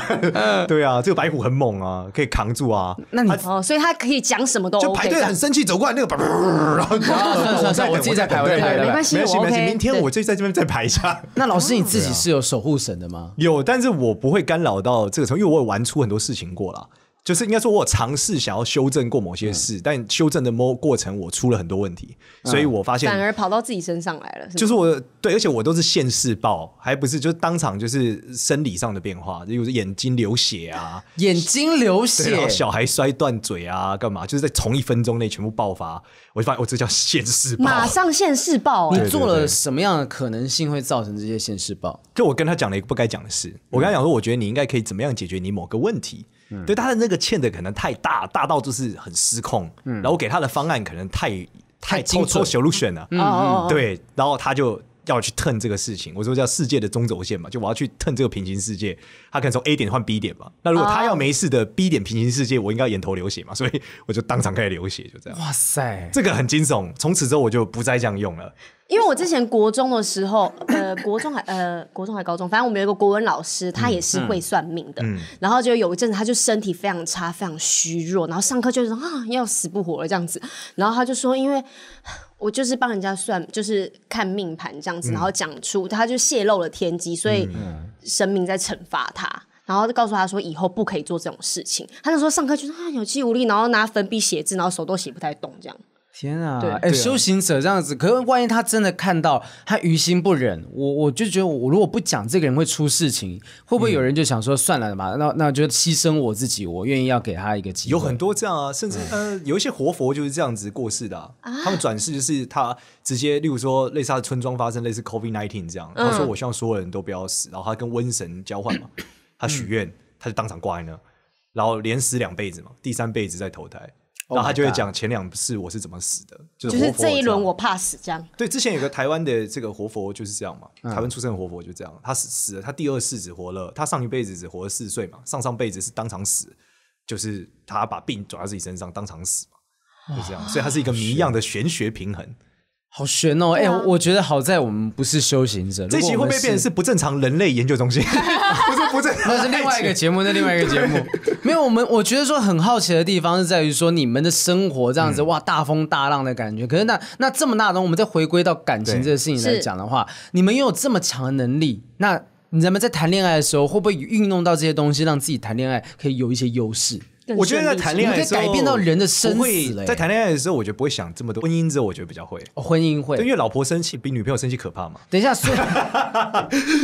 B: 对啊，这个白虎很猛啊，可以扛住啊，
C: 那你
A: 嗯哦，所以他可以哦讲什么都 OK
B: 就排队
A: 这样
B: 很生气走过来那个 叭，然后
C: 算了算了
B: 在等
C: 我自己在
B: 等
C: 排我
B: 对
C: 在排
B: 对对
A: 没关系
B: 没
A: 我
B: 没
A: OK，
B: 明天我就在这边再排一下。
C: 那老师你自己是有守护神的吗？
B: 有，但是我不会干扰到这个程度，因为我有玩出很多事情过啦。就是应该说，我有尝试想要修正过某些
A: 嗯
B: 事，但修正的摸过程我出了很多问题，所以我发现
A: 反而跑到自己身上来了，
B: 就是是我对，而且我都是现世报，还不是就是当场就是生理上的变化，例如是眼睛流血啊，
C: 眼睛流
B: 对，然
C: 血
B: 后，小孩摔断嘴啊，干嘛，就是在同一分钟内全部爆发。我就发现我这叫现世报，
A: 马上现世报、哎
C: 你做
B: 对对
C: 了
B: 对
C: 什么样的可能性会造成这些现世报？
B: 就我跟他讲了一个不该讲的事，我跟他讲说，我觉得你应该可以怎么样解决你某个问题。
C: 嗯
B: 对他的那个欠的可能太大，大到就是很失控。然后我给他的方案可能太
C: 嗯太精
B: 精
C: 准
B: 错
C: 嗯
B: solution 了。
A: 哦哦哦，
B: 对，然后他就要去 turn 这个事情，我说叫世界的中轴线嘛，就我要去 turn 这个平行世界，他可能从 A 点换 B 点嘛。那如果
A: 哦
B: 他要没事的 B 点平行世界，我应该眼头流血嘛，所以我就当场开始流血，就这样。
C: 哇塞，
B: 这个很惊悚，从此之后我就不再这样用了。
A: 因为我之前国中的时候，呃，国中还呃国中还高中，反正我们有一个国文老师，他
B: 嗯
A: 也是会算命的。然后就有一阵子，他就身体非常差，非常虚弱，然后上课就是啊要死不活了这样子。然后他就说，因为我就是帮人家算，就是看命盘这样
B: 嗯
A: 子，然后讲出他就泄露了天机，所以神明在惩罚他。然后就告诉他说，以后不可以做这种事情。他那时候上课就是啊有气无力，然后拿粉笔写字，然后手都写不太动这样。
C: 天啊
A: 对！
C: 哎、修行者这样子，可是万一他真的看到，他于心不忍，我我就觉得我如果不讲这个人会出事情，会不会有人就想说、算了吧，那那我就牺牲我自己，我愿意要给他一个机会。
B: 有很多这样啊，甚至
A: 嗯
B: 呃，有一些活佛就是这样子过世的、啊，他们转世就是他直接，例如说类似他的村庄发生类似 COVID nineteen 这样，
A: 嗯
B: 他说我希望所有人都不要死，然后他跟瘟神 交换嘛，他许愿，他就当场挂在那，然后连死两辈子嘛，第三辈子再投
A: Oh
B: 胎，然后他就会
C: my god
B: 讲前两世我是怎么死的，就是
A: 就
B: 活
A: 是
B: 佛
A: 这一轮
B: 样
A: 我怕死这样。
B: 对，之前有个台湾的这个活佛就是这样嘛，
C: 嗯
B: 台湾出生的活佛就这样，他死死了，他第二世只活了，他上一辈子只活了四岁嘛，上上辈子是当场死，就是他把病转到自己身上，当场死嘛，就这样，所以它是一个谜一样的玄学平衡。
C: 好悬哦！哎、
A: 对啊
C: 我我觉得好在我们不是修行者，
B: 这一集会
C: 如
B: 不
C: 果我
B: 会
C: 们
B: 变成是不正常人类研究中心？ 不是不正常，
C: 那是另外一个节目，那另外一个节目 没有。我们我觉得说很好奇的地方是在于说你们的生活这样子、哇，大风大浪的感觉。可是那那这么大的东西，我们再回归到感情
B: 对
C: 这个事情来
A: 是
C: 讲的话，你们拥有这么强的能力，那你们在谈恋爱的时候，会不会运用到这些东西，让自己谈恋爱可以有一些优势？
A: 更
B: 我觉得
A: 顺
B: 在
A: 利
B: 谈恋爱的时候
C: 你可以改变到人的生死
B: 不会
C: 嘞
B: 在谈恋爱的时候，我觉得不会想这么多。婚姻之后，我觉得比较会，
C: 哦婚姻
B: 对，因
C: 会。
B: 为老婆生气比女朋友生气可 怕嘛，
C: 等一下，所以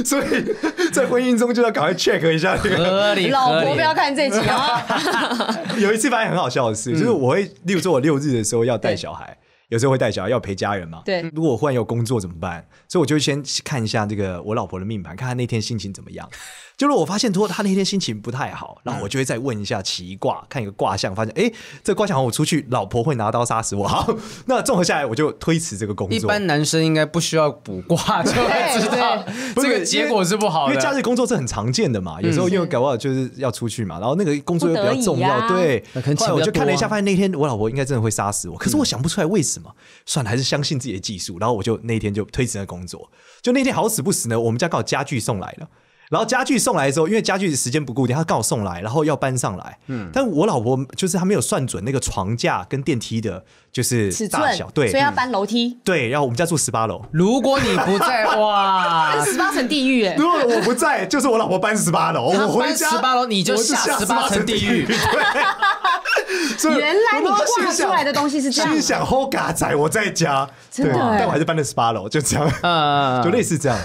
B: 所以在婚姻中就要赶快 check 一下这个。
C: 合理
A: 老
C: 合
A: 婆
C: 理
A: 不。要看 这集啊！
B: 有一次发现很好笑的
C: 嗯
B: 事，就是我会，例如说我六日的时候要带小孩，有时候会带小孩要陪家人嘛。
A: 对
B: 如果我忽然有工作怎么办？所以我就先看一下这个我老婆的命盘，看她那天心情怎么样。就如果我发现说她那天心情不太
C: 嗯
B: 好，然后我就会再问一下奇卦，看一个卦象，发现哎、诶这卦象好像我出去，老婆会拿刀杀死我。好，那综合下来，我就推迟这个工作。
C: 一般男生应该不需要卜卦就会知道
B: 不
C: 这
B: 是
C: 个结果是不好的，
B: 因为假日工作是很常见的嘛，有时候因为搞不好就是要出去嘛，然后那个工作又比较重要，
A: 嗯不得已
B: 对
A: 啊。
C: 那可能
B: 后来我就看了一下，
C: 钱比较多啊嗯
B: 发现那天我老婆应该真的会杀死我，可是我想不出来为什么。算了，还是相信自己的技术，然后我就那一天就推迟了工作。就那天好死不死呢，我们家刚好家具送来了。然后家具送来的时候，因为家具时间不固定，他刚好送来，然后要搬上来。嗯，但我老婆就是她没有算准那个床架跟电梯的，就是
A: 尺寸
B: 大小，对
A: 所以要搬楼梯，
B: 对。然后我们家住十八楼，
C: 如果你不 在，哇，
B: 啊
A: 十八层地 狱哎！
B: 如果我不在，就是我老婆搬十八楼，
C: 她
B: 我回
C: 搬
B: 家
C: 18楼你就
B: 我就
C: 下
B: 下
C: 18
B: 18
C: 层地 狱
B: 对，所以
A: 原来你
B: 我都
A: 挂
B: 心想
A: 出来的东西是这样
B: 心想 h 嘎仔，我在家，
A: 真的
B: 对
A: 欸嗯
B: 但我还是搬了十八楼，就这样，
C: 呃
B: 就类似这样。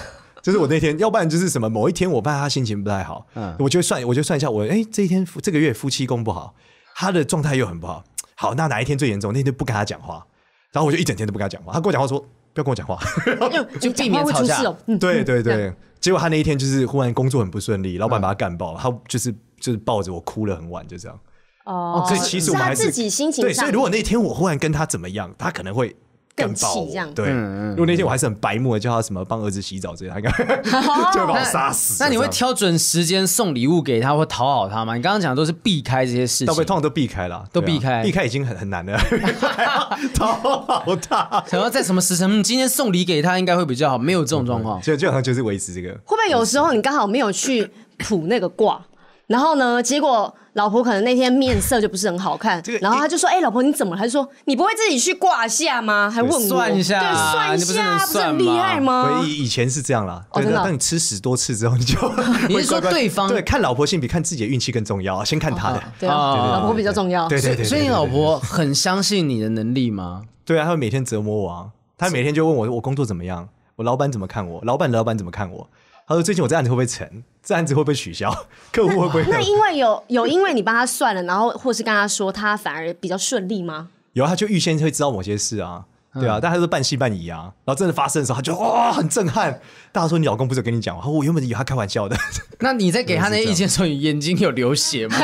B: 就是我那天，要不然就是什么，
A: 嗯
B: 某一天我发现他心情不太好，我就算我就算一下我，哎，这一天夫这个月夫妻宫不好，他的状态又很不好。好，那哪一天最严重？那天就不跟他讲话，然后我就一整天都不跟他讲话。他跟我讲话说不要跟我讲话，
C: 就避免吵架
A: 会出事哦嗯
B: 对对
A: 这嗯
B: 对，结果他那一天就是忽然工作很不顺利，老板把他干爆，他就是就是抱着我哭了很晚，就这样。
A: 哦
B: 所以其实
A: 是
B: 我们
A: 他
B: 还是
A: 自己心情
B: 对，
A: 上
B: 所以如果那天我忽然跟他怎么样，他可能会。
A: 更
B: 干爆
A: 气
B: 我
A: 这样
B: 对，
C: 嗯嗯
B: 如果那天我还是很白目的，叫他什么帮儿子洗澡之 类的，他应该就会把我杀死。
C: 那你会
B: 这样
C: 挑准时间送礼物给他或讨好他吗？你刚刚讲的都是避开这些事
B: 到被
C: 情，
B: 通常都避开了，
C: 都
B: 对啊
C: 避开
B: 避开已经很很难 了， 讨好他，
C: 想要在什么时辰，嗯今天送礼给他应该会比较好，没有这种状况。
B: 所以基本上就是维持这个。
A: 会不会有时候你刚好没有去卜那个卦，然后呢，结果老婆可能那天面色就不是很好看
B: 这个，
A: 然后他就说：“哎、老婆你怎么了？”他就说：“你不会自己去卦一下吗？还问我
C: 算一下
A: 对，算一
C: 你不是能
A: 下，不是
C: 算
B: 啊
A: 很厉
C: 吗
A: 害吗
B: 回？忆以前是这样啦，
A: 哦
B: 对，
A: 真的
B: 当你吃屎多次之后， 你就
C: 你
B: 会
C: 是说
B: 乖乖
C: 对方
B: 对看老婆性比看自己的运气更重要啊？先看他的，
A: 对啊，
C: 啊
A: 老婆比较重要。
B: 对对对，
C: 所以
B: 对
C: 你老，
B: 对对
C: 婆很相信你的能力吗？
B: 对啊，他会每天折磨我啊，他每天就问我我工作怎么样，我老板怎么看我，老板的老板怎么看我，他说最近我这案子会不会成，这案子会不会取消， 客户会不会
A: 那因为有有因为你帮他算了，然后或是跟他说他反而比较顺利吗？
B: 有啊，他就预先会知道某些事啊，对
C: 嗯
B: 啊，但他都半信半疑啊。然后真的发生的时候，他就哇、很震撼。大家说你老公不是有跟你讲吗？我原本以为他开玩笑的，
C: 那你在给他那意见的时候，你眼睛有流血吗？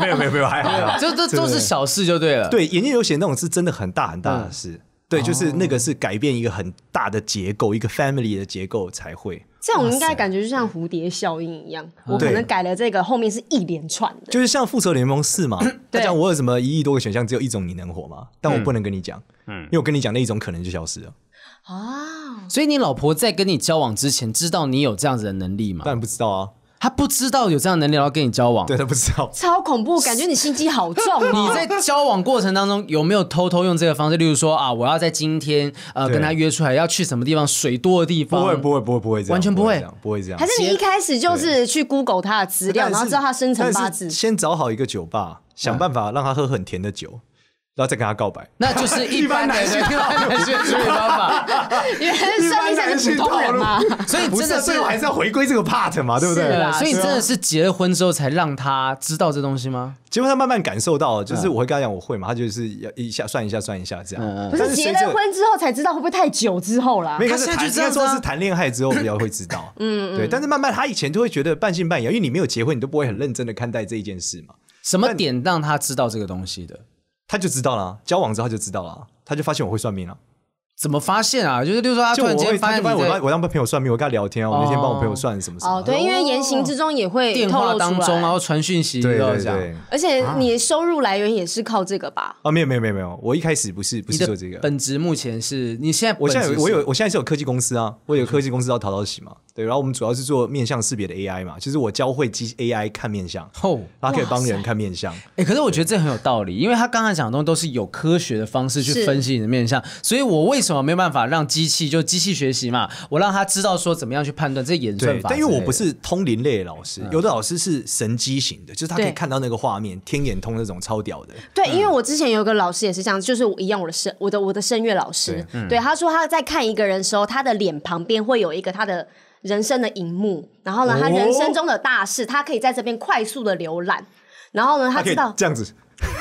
B: 没有没有没有，还好还好。
C: 这这
B: 真的
C: 都是小事就对了。，
B: 对，眼睛流血那种是真的很大很
A: 嗯
B: 大的事。对，就是那
A: 哦
B: 个是改变一个很大的结构，一个 family 的结构才会，
A: 这种应该感觉就像蝴蝶效应一样，我可
B: 嗯对
A: 能改了这个，后面是一连串的。
B: 就是像复仇者联盟 四嘛，他讲我有什么一亿多个选项，只有一种你能活吗？但我
A: 嗯
B: 不能跟你讲，因为我跟你讲那一种可能就消失了，
A: 啊，
C: 所以你老婆在跟你交往之前，知道你有这样子的能力吗
B: 当？然不知道
A: 哦
B: 啊，
C: 她不知道有这样的能力，然后跟你交往。
B: 对他不知道，
A: 超恐怖，感觉你心机好重 哦。
C: 你在交往过程当中有没有偷偷用这个方式？例如说啊，我要在今天呃
B: 对
C: 跟他约出来，要去什么地方水多的地方？
A: 哦
B: 不会不会不会不会这样，
C: 完全不
B: 不
C: 会
B: 会这样，不会这样
A: 还。是你一开始就是去 Google 他的资料，
B: 但
A: 然后
B: 是
A: 知道他生辰八
B: 但是
A: 字，嗯
B: 先找好一个酒吧，想办法让他喝很甜的酒，然后再跟他告白。
C: 那就是 一般男性一般男性的处理方 法。
A: 原来是算命才是普通人吗？
C: 所以
B: 不
C: 真的
B: 是，啊所以我还是要回归这个 part 嘛，对不
A: 是
B: 对
A: 啦？
C: 所以你
B: 对啊
C: 真的是结了婚之后才让他知道这东西吗？
B: 结果他慢慢感受到，就是
C: 嗯
B: 我会跟他讲我会嘛，他就是要一下算一下算一下这样。
A: 不是结了婚之后才知道，会不会太久之后啦
B: 没？有，他是
C: 他现在
B: 谈应
C: 就这样
B: 该
C: 子啊
B: 说是谈恋爱之后比较会知 道，嗯，对。但是慢慢他以前就会觉得半信半疑啊，因为你没有结婚，你都不会很认真的看待这一件事嘛，
C: 什么点让他知道这个东西的？
B: 他就知道了，交往之后他就知道了，他就发现我会算命了。
C: 怎么发现啊？就是，例如说他
B: 就
C: 突
B: 我
C: 然
B: 会，
C: 间发
B: 他
C: 现
B: 就发
C: 你
B: 现我
C: 在
B: 帮我让朋友算命，我跟他聊天啊，我那天帮我朋友算什么什么
A: 哦，，对，因为言行之中也会
C: 哦电
A: 透
C: 话
A: 露
C: 当
A: 出
C: 中，啊然
A: 来，
C: 后传讯息，
B: 对
C: 然后
B: 对
C: 这样
B: 对。
A: 而且
B: 啊
A: 你的收入来源也是靠这个吧？
B: 啊，没有没有没有没有，我一开始不是不
C: 你
B: 是做这
C: 的
B: 个，
C: 本职目前是你现在
B: 我
C: 本
B: 现在
C: 职
B: 有
C: 是嗯
B: 我有我现在是有科技公司啊，我有科技公司叫淘淘喜嘛，对，然后我们主要是做面向识别的 AI 嘛，就是我教会机 AI 看面相，
C: 哦，
B: 它可以帮人看面相，
C: 哎、可是我觉得这很有道理，因为他刚才讲的东西都是有科学的方式去
A: 是
C: 分析你的面相，所以我为什么没有办法让机器就机器学习嘛？我让他知道说怎么样去判断这演算
B: 对，
C: 法之类
B: 但
C: 的。嗯
B: 因为我不是通灵类的老师，有的老师是神机型的，就是他可以
A: 对
B: 看到那个画面，天眼通那种超屌的，
A: 对，因为我之前有一个老师也是这样，就是我一样我的声我的我的声乐老师，
B: 嗯
A: 对他说他在看一个人的时候，他的脸旁边会有一个他的人生的荧幕，然后呢，他
B: 哦
A: 人生中的大事，他可以在这边快速的浏览，然后呢，他
B: 他可
A: 知
B: 以
A: 道
B: 这样子，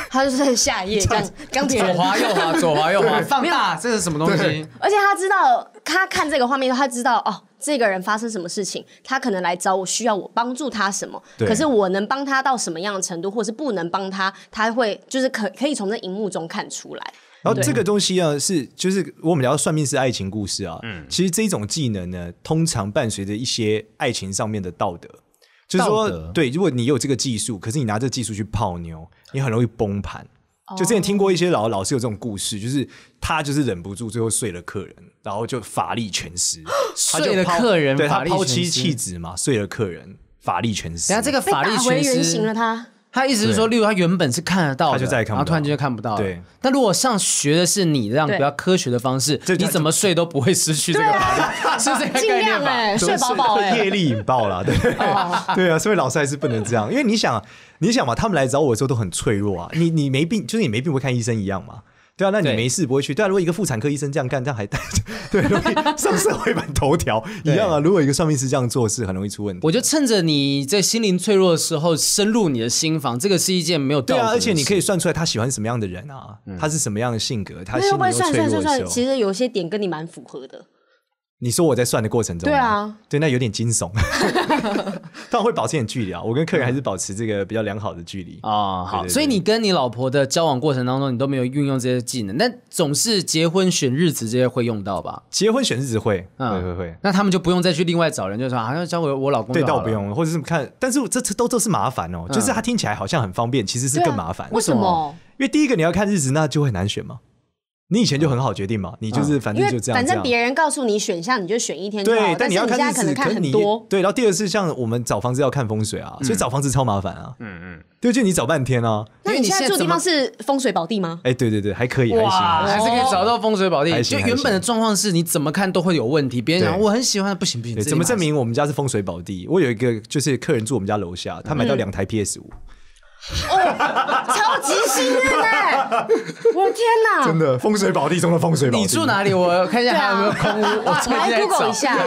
A: 他就是在下一页 这样钢铁
C: 左
A: 人。
C: 滑右滑左滑右滑放大，这是什么东西？
A: 而且他知道，他看这个画面，他知道哦，这个人发生什么事情，他可能来找我，需要我帮助他什么。
B: 对
A: 可是我能帮他到什么样的程度，或是不能帮他，他会就是可可以从这荧幕中看出来。
B: 然后这个东西啊，是就是我们聊到算命是爱情故事啊，其实这种技能呢，通常伴随着一些爱情上面的道德，就是说
C: 道德，
B: 对，如果你有这个技术，可是你拿这技术去泡妞，你很容易崩盘。
C: 哦
B: 就之前听过一些老老师有这种故事，就是他就是忍不住最后睡了客人，然后就法力全 失，他就
C: 睡了
B: 抛
C: 客人
B: 对
C: 法
B: 他
C: 力
B: 抛
C: 全
B: 妻
C: 失
B: 弃子嘛，睡了客人，法力全失。
C: 等下这个
A: 被
C: 法
A: 打
C: 律
A: 回原
C: 全失
A: 形了他，
C: 他意思是说，例如他原本是看得到的，
B: 他就再也看不到
C: 然后突然间就看不到了。
B: 对。
C: 但如果上学的是你这样比
A: 对
C: 较科学的方式，
B: 这
C: 你怎么睡都不会失去这个法力，是这个
A: 尽
C: 概
A: 量
C: 念吧？
A: 哎、睡饱饱哎。
C: 欸
A: 哦
B: 业力引爆了，对 对啊，所以老师还是不能这样，因为你想，你想嘛，他们来找我的时候都很脆弱啊，你你没病，就是你没病不会看医生一样嘛。对对啊，那你
C: 对
B: 没事不会去。对啊，如果一个妇产科医生这样干，这样还 对，容易上社会版头条一样啊。如果一个算命师这样做，是很容易出问题。
C: 我就趁着你在心灵脆弱的时候，深入你的心房，这个是一件没有道
B: 对
C: 德
B: 啊，
C: 的事。嗯
B: 而且你可以算出来他喜欢什么样的人啊，他是什么样的性格，他
A: 那
B: 心里
A: 会
B: 又
A: 不会
B: 脆
A: 算算
B: 弱
A: 算
B: 的时
A: 算？
B: 候。
A: 其实有些点跟你蛮符合的。
B: 你说我在算的过程中吗，
A: 对啊
B: 对，那有点惊 悚，当然会保持点距离啊。我跟客人还是保持这个比较良好的距离。
C: 哦，好，
B: 对对对
C: 所以你跟你老婆的交往过程当中，你都没有运用这些技能，但总是结婚选日子这些会用到吧？
B: 结婚选日子会，
C: 嗯
B: 会会会，
C: 那他们就不用再去另外找人，就说好像交给我老公就
B: 对，
C: 好
B: 倒
C: 了
B: 不。用，或者是看，但是这这都都是麻烦哦。就是它听起来好像很方便，其实是
A: 对啊
B: 更麻烦。
A: 为什么？
B: 因为第一个你要看日子，那就会很难选嘛。你以前就很好决定嘛，你就是反
A: 因
B: 正就
A: 为
B: 这样，
A: 反
B: 这
A: 正
B: 样
A: 别人告诉你选项，你就选一天就好
B: 对
A: 了。，但
B: 你要
A: 是
B: 看
A: 现在
B: 日子，
A: 可能看
B: 是
A: 很
B: 你
A: 多。
B: 对，然后第二是像我们找房子要看风水啊，所以找房子超麻烦啊。嗯嗯，对，就你找半天啊。
A: 那
C: 因为
A: 你
C: 你
A: 现在
C: 现在
A: 住的地
C: 怎么
A: 方是风水宝地吗？
B: 哎，对对对，还可以，还行啊
C: 哇，
B: 还行。
C: 还是可以找到风水宝地。
B: 还
C: 就
B: 行
C: 原本的状况是你怎么看都会有问题，别人讲
B: 对
C: 我很喜欢，不行不行，
B: 对，
C: 这
B: 怎么
C: 一码
B: 证明我们家是风水宝地？我有一个就是客人住我们家楼下，他买到两台 PS 五、
A: 超级幸运哎！我的天哪！
B: 真的风水宝地中的风水宝地。
C: 你住？哪里？我看一下还有没有 空屋。我
A: 我
C: 最近
A: 来
C: 在
A: Google
C: 找
A: 一。 下，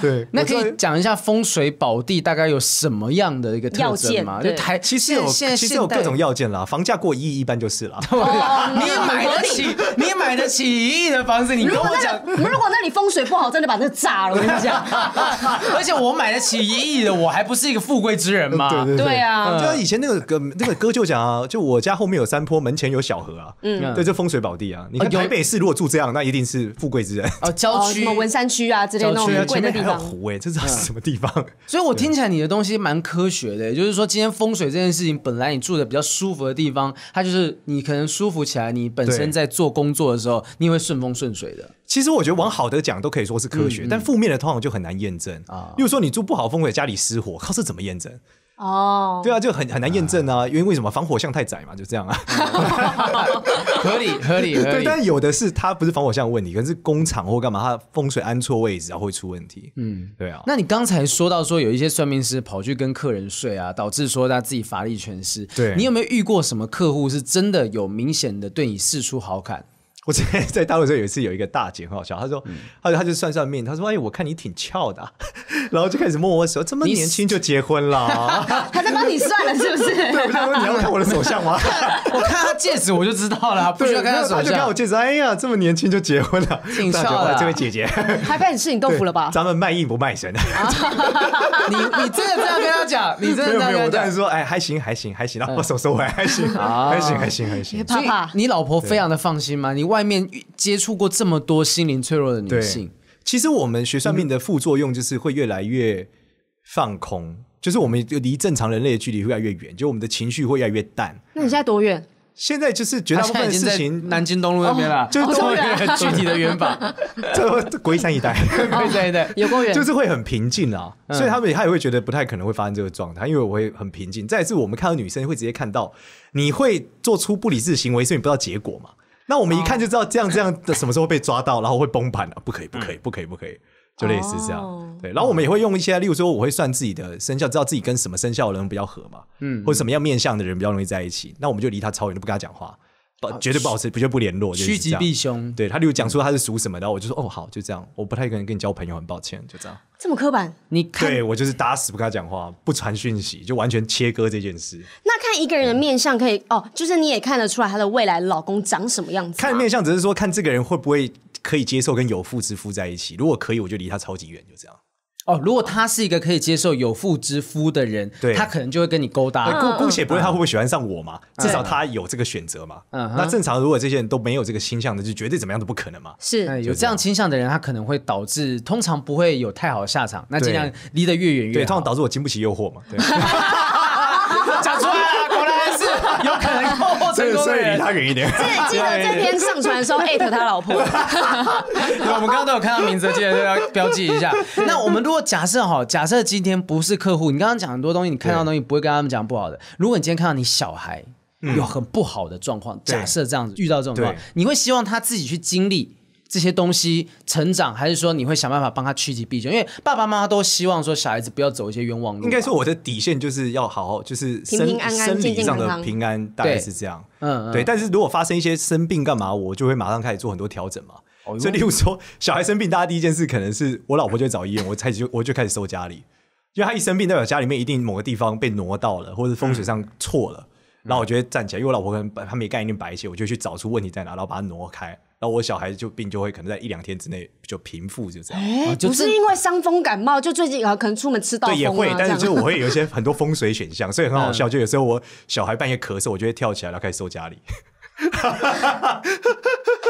B: 对，
C: 那
B: 我
C: 可
B: 住
C: 以讲一下风水宝地大概有什么样的一个特
A: 要
C: 征
A: 件
C: 吗？就
A: 对
C: 台
B: 其实
C: 现
B: 有，
C: 在现在
B: 其实有各种
C: 要，
B: 要件啦，房价过一亿一般就是 啦。
C: 哦你也买得起，你也买得起一亿的房子，你跟
A: 如
C: 我
A: 果那
C: 讲。
A: 如果那里风水不好，真的把那炸了，我跟你 讲。
C: 啊而且我买得起一亿的，我还不是一个富贵之 人吗？
A: 对啊，
C: 呃
B: 就像以前那个歌，那个歌就讲啊，就我家后面有山坡，门前有小河啊，嗯，对，这风水宝地啊。你看
C: 有
B: 台北市如果住这样，那一定是富贵之人。
C: 哦，郊
A: 哦，
C: 区
A: 什么文山区啊之类那种
C: 郊区啊
A: 很
B: 对啊，
A: 贵
B: 前
A: 的
B: 面
A: 地
B: 还有
A: 方，嗯
B: 湖哎，这是什么地方？
C: 所以我听起来你的东西蛮科学的，就是说今天风水这件事情，本来你住的比较舒服的地方，它就是你可能舒服起来，你本身
B: 对
C: 在做工作的时候，你也会顺风顺水的。
B: 其实我觉得往好的讲都可以说是科学，
A: 嗯
B: 但负面的通常就很难验证啊。例如说你住不好风水，家里失火，靠这怎么验证？
A: 哦，
B: 对啊，就很很难验证啊，因为为什么防火巷太窄嘛，就这样啊。
A: 哎
C: 合 理，合理，合
B: 对，
C: 理。
B: 但有的是它不是防火巷的问题，可能是工厂或干嘛，它风水安错位置啊会出问题。嗯，对啊。
C: 那你刚才说到说有一些算命师跑去跟客人睡啊，导致说他自己乏力全失。
B: 对
C: 你有没有遇过什么客户是真的有明显的对你示出 好感？
B: 我之前在大陆的时候有一次有一个大姐很好笑，她
C: 嗯
B: 说，她她就算算命，她说，哎，我看你挺翘的啊、 然后就开始摸我手，这么
C: 你
B: 年轻就结婚了 啊，
A: 他在帮你算了是不
B: 对，我
A: 是？
B: 就说你要看我的手相吗？
C: 我看他戒指我就知道了， 不需要看
B: 然
C: 他
B: 后她
C: 手
B: 就看
C: 相
B: 我。戒指，哎呀，这么年轻就结婚了，
C: 挺翘的啊
B: 大姐哇这位姐姐，
A: 还被你吃你豆腐了吧？
B: 咱们卖艺不卖身，啊
C: 你你真的这样跟他讲？你真
B: 没
C: 的这
B: 有
C: 样
B: 没有，我当
C: 跟他讲
B: 然？说，哎，还行还行还行，然后把手收回来，还行
C: 嗯啊
B: 还行还行还行，
A: 怕
C: 所以
A: 怕，
C: 你老婆非常的放心吗？你外面接触过这么多心灵脆弱的女
B: 对
C: 性，嗯
B: 其实我们学算命的副作用就是会越来越放空，就是我们离正常人类的距离会越来越远，就我们的情绪会越来越淡。
A: 那你现在多远？
B: 现在就是绝
C: 她
B: 大部
C: 现在
B: 分
C: 已
B: 的
C: 经
B: 事
C: 在
B: 情，
C: 南京东路那边了，
B: 就是哦
A: 哦
C: 多
A: 这么
C: 远？
A: 远
C: 具体的远 法，
B: 这这龟山一 带。
C: 对对 对。嗯
A: 有公园
B: 就？是会很平静啊，所以他们他也会觉得不太可能会发生这个状态，因为我会很平静。再来是我们看到女生会直接看到，你会做出不理智的行为，所以你不知道结果嘛。那我们一看就知道这样这样的什么时候被抓到，然后会崩盘了、啊不可以，不可以，
C: 嗯
B: 不可以，不可以，就类似这样。
A: 哦
B: 对，然后我们也会用一些，例如说我会算自己的生肖，知道自己跟什么生肖的人比较合嘛，嗯，或者什么样面相的人比较容易在一起，那我们就离他超远，就不跟他讲话，
C: 哦
B: 保绝对保持，绝对不联络，就是
C: 趋吉
B: 这样
C: 避凶
B: 对他，例如讲说他是属什么，然后我就说哦好，就这样，我不太可能跟你交朋友，很抱歉，就这样。
A: 这么刻板？
C: 你看
B: 对我就是打死不跟他讲话，不传讯息，就完全切割这件事。
A: 那看一个人的面相可以哦，就是你也看得出来她的未来老公长什么样子吗。
B: 看面相只是说看这个人会不会可以接受跟有妇之夫在一起，如果可以，我就离他超级远，就这样。
C: 哦，如果他是一个可以接受有妇之夫的人，
B: 对嗯
C: 他可能就会跟你勾搭。
B: 姑姑且不论他会不会喜欢上我嘛，至少他有这个选择嘛。
C: 嗯哼
B: 那正常如果这些人都没有这个倾向的，就绝对怎么样都不可能嘛。
C: 哎
A: 是
C: 有这样倾向的人，他可能会导致通常不会有太好的下场，那尽量离得越远
B: 对，
C: 越
B: 通
C: 好
B: 常。导致我经不起诱惑嘛。 对，
C: 讲出来了，果然还是有可能诱 惑
B: 所
C: 成
B: 以
C: 功
B: 所
C: 的
B: 以离
C: 人。
B: 他远一 点。
A: 哎记得这篇上传的时候艾特他老 婆，
C: 对，我们刚刚都有看到名字，记得要标记一 下。那我们如果假设哈，假设今天不是客户，你刚刚讲很多东西，你看到的东西不会跟他们讲不好的。如果你今天看到你小孩有很不好的状况，
B: 嗯对
C: 假设这样子遇到这种状况
B: 对，
C: 你会希望他自己去经历。这些东西成长，还是说你会想办法帮他趋吉避凶？因为爸爸妈妈都希望说小孩子不要走一些冤枉路嘛。
B: 应该说我的底线就是要好好，就是
A: 平
B: 生
A: 平安安
B: 生
A: 健
B: 理
A: 健
B: 上
A: 康
B: 的
A: 康
B: 平安，大概
C: 对
B: 是这样。
C: 嗯嗯
B: 对。但是如果发生一些生病干嘛，我就会马上开始做很多调整嘛。
C: 哦哟
B: 所以，例如说，小孩生病，大家第一件事可能是我老婆就会找医院，我开始就我就开始收家里，因为他一生病，代表家里面一定某个地方被挪到了，或者风水
C: 嗯
B: 上错了，然后我就会站起来，因为我老婆可能把她没概念白血，我就去找出问题在哪，然后把它挪开，然后我小孩就病就会可能在一两天之内就平复，就这样。
A: 哎、
C: 就
A: 不
C: 这
A: 是因为伤风感冒，就最近啊，可能出门吃到
B: 对，
A: 风
B: 也
A: 啊，
B: 会，
A: 这
B: 但是
A: 样
B: 就我会有一些很多风水选项，所以很好笑。就有时候我小孩半夜咳嗽，我就会跳起来，然后开始收家里。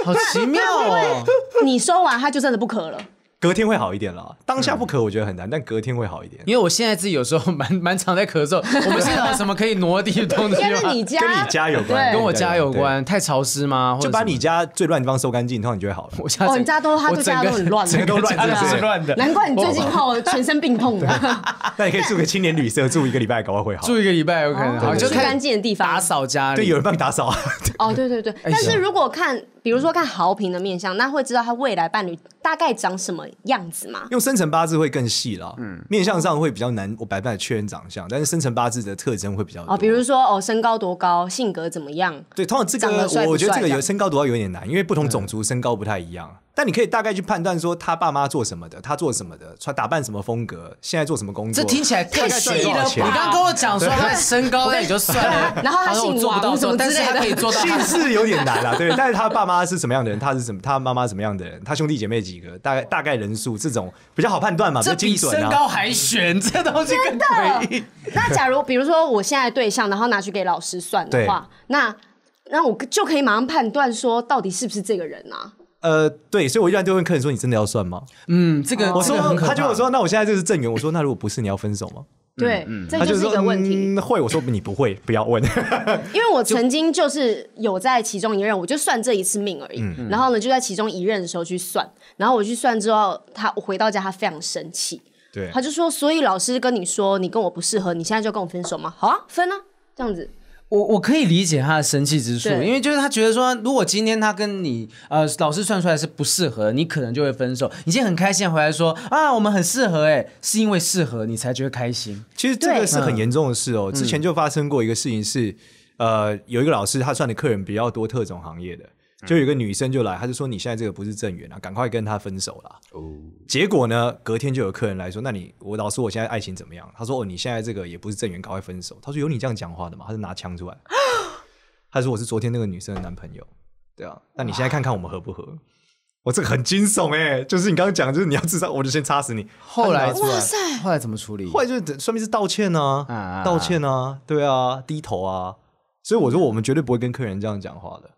C: 好奇妙 哦。
A: 你收完他就真的不咳了。
B: 隔天会好一点了，当下不咳我觉得很难，但隔天会好一点。
C: 因为我现在自己有时候蛮 蛮常在咳嗽，我们现场有什么可以挪的 东
A: 应
C: 西
A: 该
C: 吗
A: 是？你家，
B: 跟你家有关，
A: 对
C: 跟我
B: 对
C: 家有。关，太潮湿吗？或者
B: 就把
C: 什么
B: 你家最乱的地方收干净，通常你就会好了。
C: 我家整
A: 哦，你家都他
C: 我
A: 都
C: 整
A: 家
C: 个
A: 都很乱，
B: 整个都乱
C: 家
B: 对
C: 都
B: 不
C: 是
B: 对
C: 乱的，
A: 难怪你最近吼全身病痛 啊，
B: 那你可以住个青年旅社，住一个礼拜，搞不好会好。
C: 住一个礼拜有可能，好
A: 哦
C: 就
A: 去
C: 看
A: 干净的地方
C: 打扫家里，
B: 对，有人帮你打扫啊。
A: 哦，对对对，
B: 哎
A: 但是如果看，比如说看豪平的面相，那会知道他未来伴侣大概长什么样子吗？
B: 用生辰八字会更细啦，面相上会比较难，我百分百确认长相，但是生辰八字的特征会比较多。
A: 哦，比如说哦，身高多高，性格怎么样？
B: 对，通常这
A: 长
B: 个
A: 得帅不
B: 我觉得
A: 帅
B: 这个
A: 这
B: 有
A: 样
B: 身高多少有点难，因为不同种族身高不太一样。但你可以大概去判断说他爸妈做什么的，他做什么的，穿打扮什么风格，现在做什么工作。
C: 这听起来太
B: 大概赚
C: 悬疑
B: 多
C: 了
B: 少
C: 吧。
B: 钱
C: 你刚跟我讲说他身高那也就算了，
A: 然后他
C: 说我
A: 姓
C: 做不到
A: 王什么
C: 但
A: 之
C: 是
A: 类
C: 他
A: 的
C: 可 以做到
B: 姓氏有点难啦，对。但是他爸妈是什么样的人，他是什么，他妈妈什么样的人，他兄弟姐妹几个，大概大概人数这种比较好判断嘛，比较
C: 这
B: 精
C: 比
B: 准
C: 身
B: 啊。
C: 高还悬，这东西更诡异。
A: 哦那假如比如说我现在对象，然后拿去给老师算的话，那那我就可以马上判断说到底是不是这个人啊？
B: 呃，对，所以我一般都会问客人说：“你真的要算吗
C: 嗯，这个？”
B: 我
C: 这
B: 说
C: 个很：“可
B: 他
C: 怕
B: 就我说，那我现在就是正缘。”我说：“那如果不是，你要分手吗
A: 对，？”这
B: 嗯他
A: 就是一
B: 说
A: 个：“问题。
B: 嗯，会。”我说：“你不会，不要问。
A: 因为我曾经就是有在其中一任，我就算这一次命而已。
B: 嗯
A: 然后呢，就在其中一任的时候去算，然后我去算之后，他我回到家，他非常生气，”
B: 对
A: 他，就说：“所以老师跟你说你跟我不适合，你现在就跟我分手吗？好啊，分啊，这样子。
C: 我我可以理解他的生气之处，
A: 对
C: 因为就是他觉得说，如果今天他跟你呃老师算出来是不适合，你可能就会分手。你今天很开心地回来说啊，我们很适合哎、是因为适合你才觉得开心。
B: 其实这
A: 对
B: 个是很严重的事哦。之前就发生过一个事情是，呃，有一个老师他算的客人比较多特种行业的，就有一个女生就来，她就说：“你现在这个不是正缘啊，赶快跟他分手啦。”结果呢，隔天就有客人来说：“那你我老师，我现在爱情怎么样？”他说：“哦，你现在这个也不是正缘，赶快分手。”他说：“有你这样讲话的吗？”他就拿枪出来，他说：“我是昨天那个女生的男朋友。”对啊，那你现在看看我们合不合？我这个很惊悚哎、就是你刚刚讲，就是你要自杀，我就先插死你。
C: 后来
B: 他就
C: 出
B: 拿
C: 来
A: 哇塞
C: 后来怎么处理？
B: 后来就是算命是道歉啊，
C: 啊啊啊
B: 道歉啊，对啊，低头啊。所以我说我们绝对不会跟客人这样讲话的，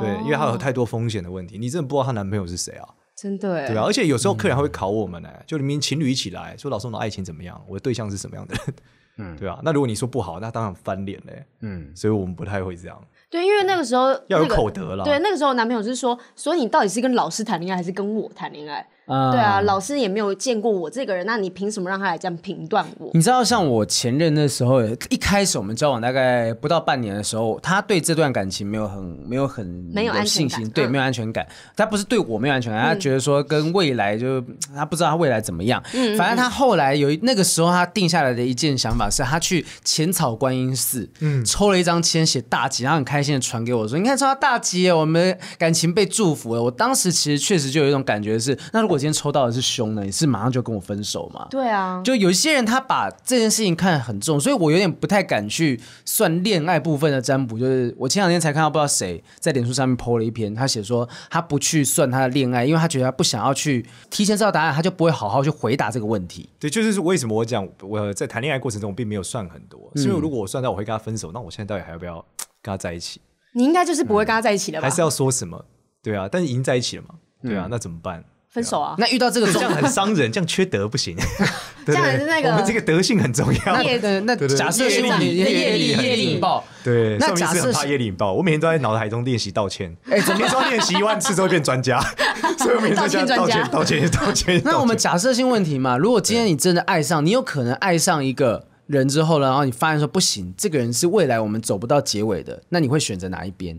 B: 对，
A: 哦
B: 因为他有太多风险的问题，你真的不知道她男朋友是谁啊，
A: 真的哎、
B: 对吧、而且有时候客人还会考我们呢、就明明情侣一起来说老师我们的爱情怎么样，我的对象是什么样的人，嗯， 对吧、那如果你说不好，那当然翻脸嘞、
C: 嗯，
B: 所以我们不太会这样，
A: 对，因为那个时候
B: 要有
A: 那个
B: 口德啦
A: 对，那个时候我男朋友是说，所以你到底是跟老师谈恋爱还是跟我谈恋爱？
C: 啊
A: 对啊，老师也没有见过我这个人，那你凭什么让他来这样评断我？
B: 嗯
C: 你知道，像我前任那时候，一开始我们交往大概不到半年的时候，他对这段感情没有很、没有很、
A: 没有安全
C: 信
A: 感
C: 心，对，
A: 嗯
C: 没有安全感。他不是对我没有安全感，他觉得说跟未来就嗯他不知道他未来怎么样。
A: 嗯
C: 反正他后来有一那个时候，他定下来的一件想法是，他去浅草观音寺，抽了一张签写大吉，他很开心的传给我说：“你看，抽到大吉耶，我们感情被祝福了。”我当时其实确实就有一种感觉是，那如果今天抽到的是凶呢，你是马上就跟我分手吗？
A: 对啊，
C: 就有一些人他把这件事情看得很重，所以我有点不太敢去算恋爱部分的占卜。就是我前两天才看到，不知道谁在脸书上面 PO 了一篇，他写说他不去算他的恋爱，因为他觉得他不想要去提前知道答案，他就不会好好去回答这个问题。
B: 对，就是为什么我讲我在谈恋爱过程中我并没有算很多，是因为如果我算到我会跟他分手，那我现在到底还要不要跟他在一起？
A: 你应该就是不会跟他在一起了吧？
B: 嗯还是要说什么？对啊，但是已经在一起了嘛，对啊，那怎么办？
A: 分手啊？
C: 那遇到这个
B: 这
C: 状
B: 样很伤人，这样缺德不 行。
A: 这
B: 对
A: 样
B: 对
A: 是那个
B: 我们这个德性很重要。
A: 业
C: 对，那
B: 对对
C: 假设是
A: 业
C: 你
A: 力
C: 业力
A: 业力
C: 业力引爆，
B: 对，
C: 那
B: 上面
C: 假
B: 是
C: 设
B: 很怕
C: 是
B: 夜里引爆，我每天都在脑海中练习道歉。哎，每天说练习一万次之后变专 家，所以我每天在家
A: 道歉
B: 道歉
A: 专家、
B: 道歉、道歉。
C: 那我们
B: 道歉
C: 假设性问题嘛，如果今天你真的爱上，你有可能爱上一个人之后呢，然后你发现说不行，这个人是未来我们走不到结尾的，那你会选择哪一边？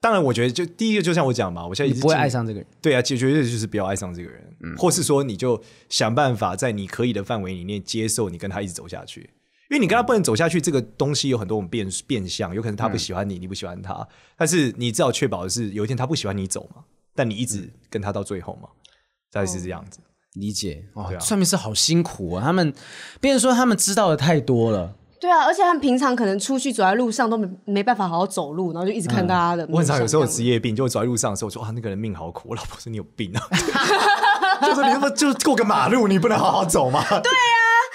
B: 当然，我觉得就第一个，就像我讲嘛，我现在
C: 你
B: 已经
C: 不会
B: 进
C: 爱上这个人。
B: 对啊，解决就是不要爱上这个人，
A: 嗯
B: 或是说你就想办法在你可以的范围里面接受你跟他一直走下去，因为你跟他不能走下去，这个东西有很多种变变相，有可能他不喜欢你，你不喜欢
A: 嗯
B: 他，但是你至少确保的是有一天他不喜欢你走嘛，但你一直
A: 嗯
B: 跟他到最后嘛，大概是这样子。
C: 理解哦
B: 对，啊
C: 算命师好辛苦啊！他们，别人说他们知道的太多了，
A: 对啊，而且他们平常可能出去走在路上都没没办法好好走路，然后就一直看大家的面相这样。
B: 嗯我很常有时候有职业病，就我走在路上的时候，我说啊，那个人命好苦。我老婆说你有病啊， 就说你他妈就是过个马路，你不能好好走吗？对啊，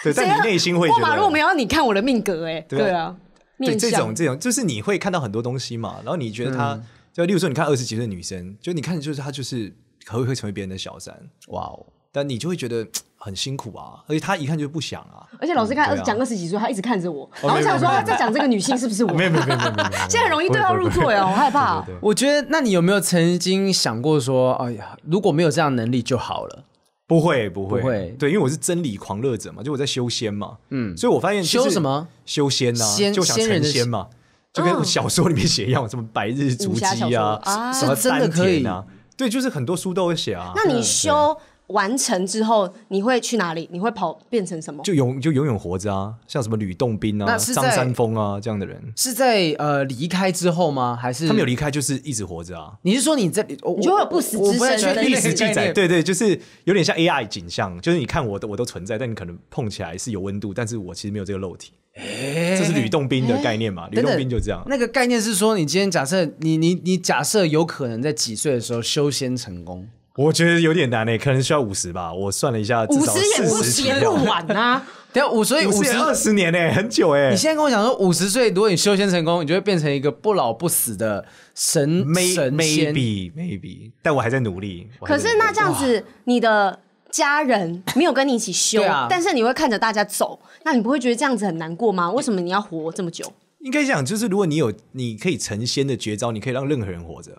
B: 对，但你内心会觉
A: 过
B: 得
A: 马路，我们要你看我的命格哎、
B: 对啊
A: 对啊，
B: 对
A: 面
B: 这
A: 相
B: 种这种，就是你会看到很多东西嘛，然后你觉得她，就例如说，你看二十几岁的女生，就你看就是她就是可会成为别人的小三，
C: 哇哦！
B: 但你就会觉得嘖很辛苦啊，而且她一看就不想啊，
A: 而且老师看
B: 嗯
A: 二
B: 对啊哦
A: 讲二十几岁，他一直看着我，然后我想说他在讲这个女性是不是我？
B: 没有没有没有没有没有，没有
A: 现在很容易对号入座呀，我害怕。
B: 对对对
C: 我觉得，那你有没有曾经想过说，哎呀，如果没有这样的能力就好了？
B: 不会不会
C: 不会
B: 对，因为我是真理狂热者嘛，就我在修仙嘛，嗯，所以我发现就是
C: 修什么
B: 修仙呐、
C: 仙
B: 就想
C: 仙人
B: 成
C: 的
B: 仙嘛，就跟小说里面写一样，什么白日
A: 武
B: 足
A: 侠小
B: 迹
A: 说
B: 啊，
A: 啊
B: 什么
C: 是真的
B: 丹
C: 可以
B: 田啊，对，就是很多书都有写啊，
A: 那你修完成之后，你会去哪里？你会跑变成什么？
B: 就永就永远活着啊，像什么吕洞宾啊、
C: 那是在
B: 张三丰啊这样的人，
C: 是在呃离开之后吗？还是
B: 他们有离开就是一直活着啊。
C: 你是说你在？我
A: 你就会有不死
C: 我我
A: 之
C: 不太
A: 身
C: 确
A: 的
C: 定
A: 历
B: 历史记
C: 概
B: 载，
C: 念，
B: 对对，就是有点像 AI 景象，就是你看我的我都存在，但你可能碰起来是有温度，但是我其实没有这个肉体，这是吕洞宾的概念嘛？吕
C: 等
B: 洞
C: 等
B: 宾就这样，
C: 那个概念是说，你今天假设你你你假设有可能在几岁的时候修仙成功，
B: 我觉得有点难诶，欸可能需要五十吧，我算了一下，至
A: 五
B: 少
A: 十也不
B: 四十
A: 行
B: 起
A: 也
B: 跳
A: 不，晚啊！
C: 等下我所以
B: 五
C: 五
B: 十
C: 十
B: 二十年诶，很久欸诶
C: 你。现在跟我讲说，五十岁如果你修仙成功，你就会变成一个不老不死的神
B: May-
C: 神仙。
B: maybe maybe，但我还在努力。我 还
A: 可
B: 在
A: 是
B: 努
A: 那
B: 力
A: 这样子，你的家人没有跟你一起修
C: 对啊，
A: 但是你会看着大家走，那你不会觉得这样子很难过吗？为什么你要活这么久？
B: 应该讲，就是如果你有你可以成仙的绝招，你可以让任何人活 着，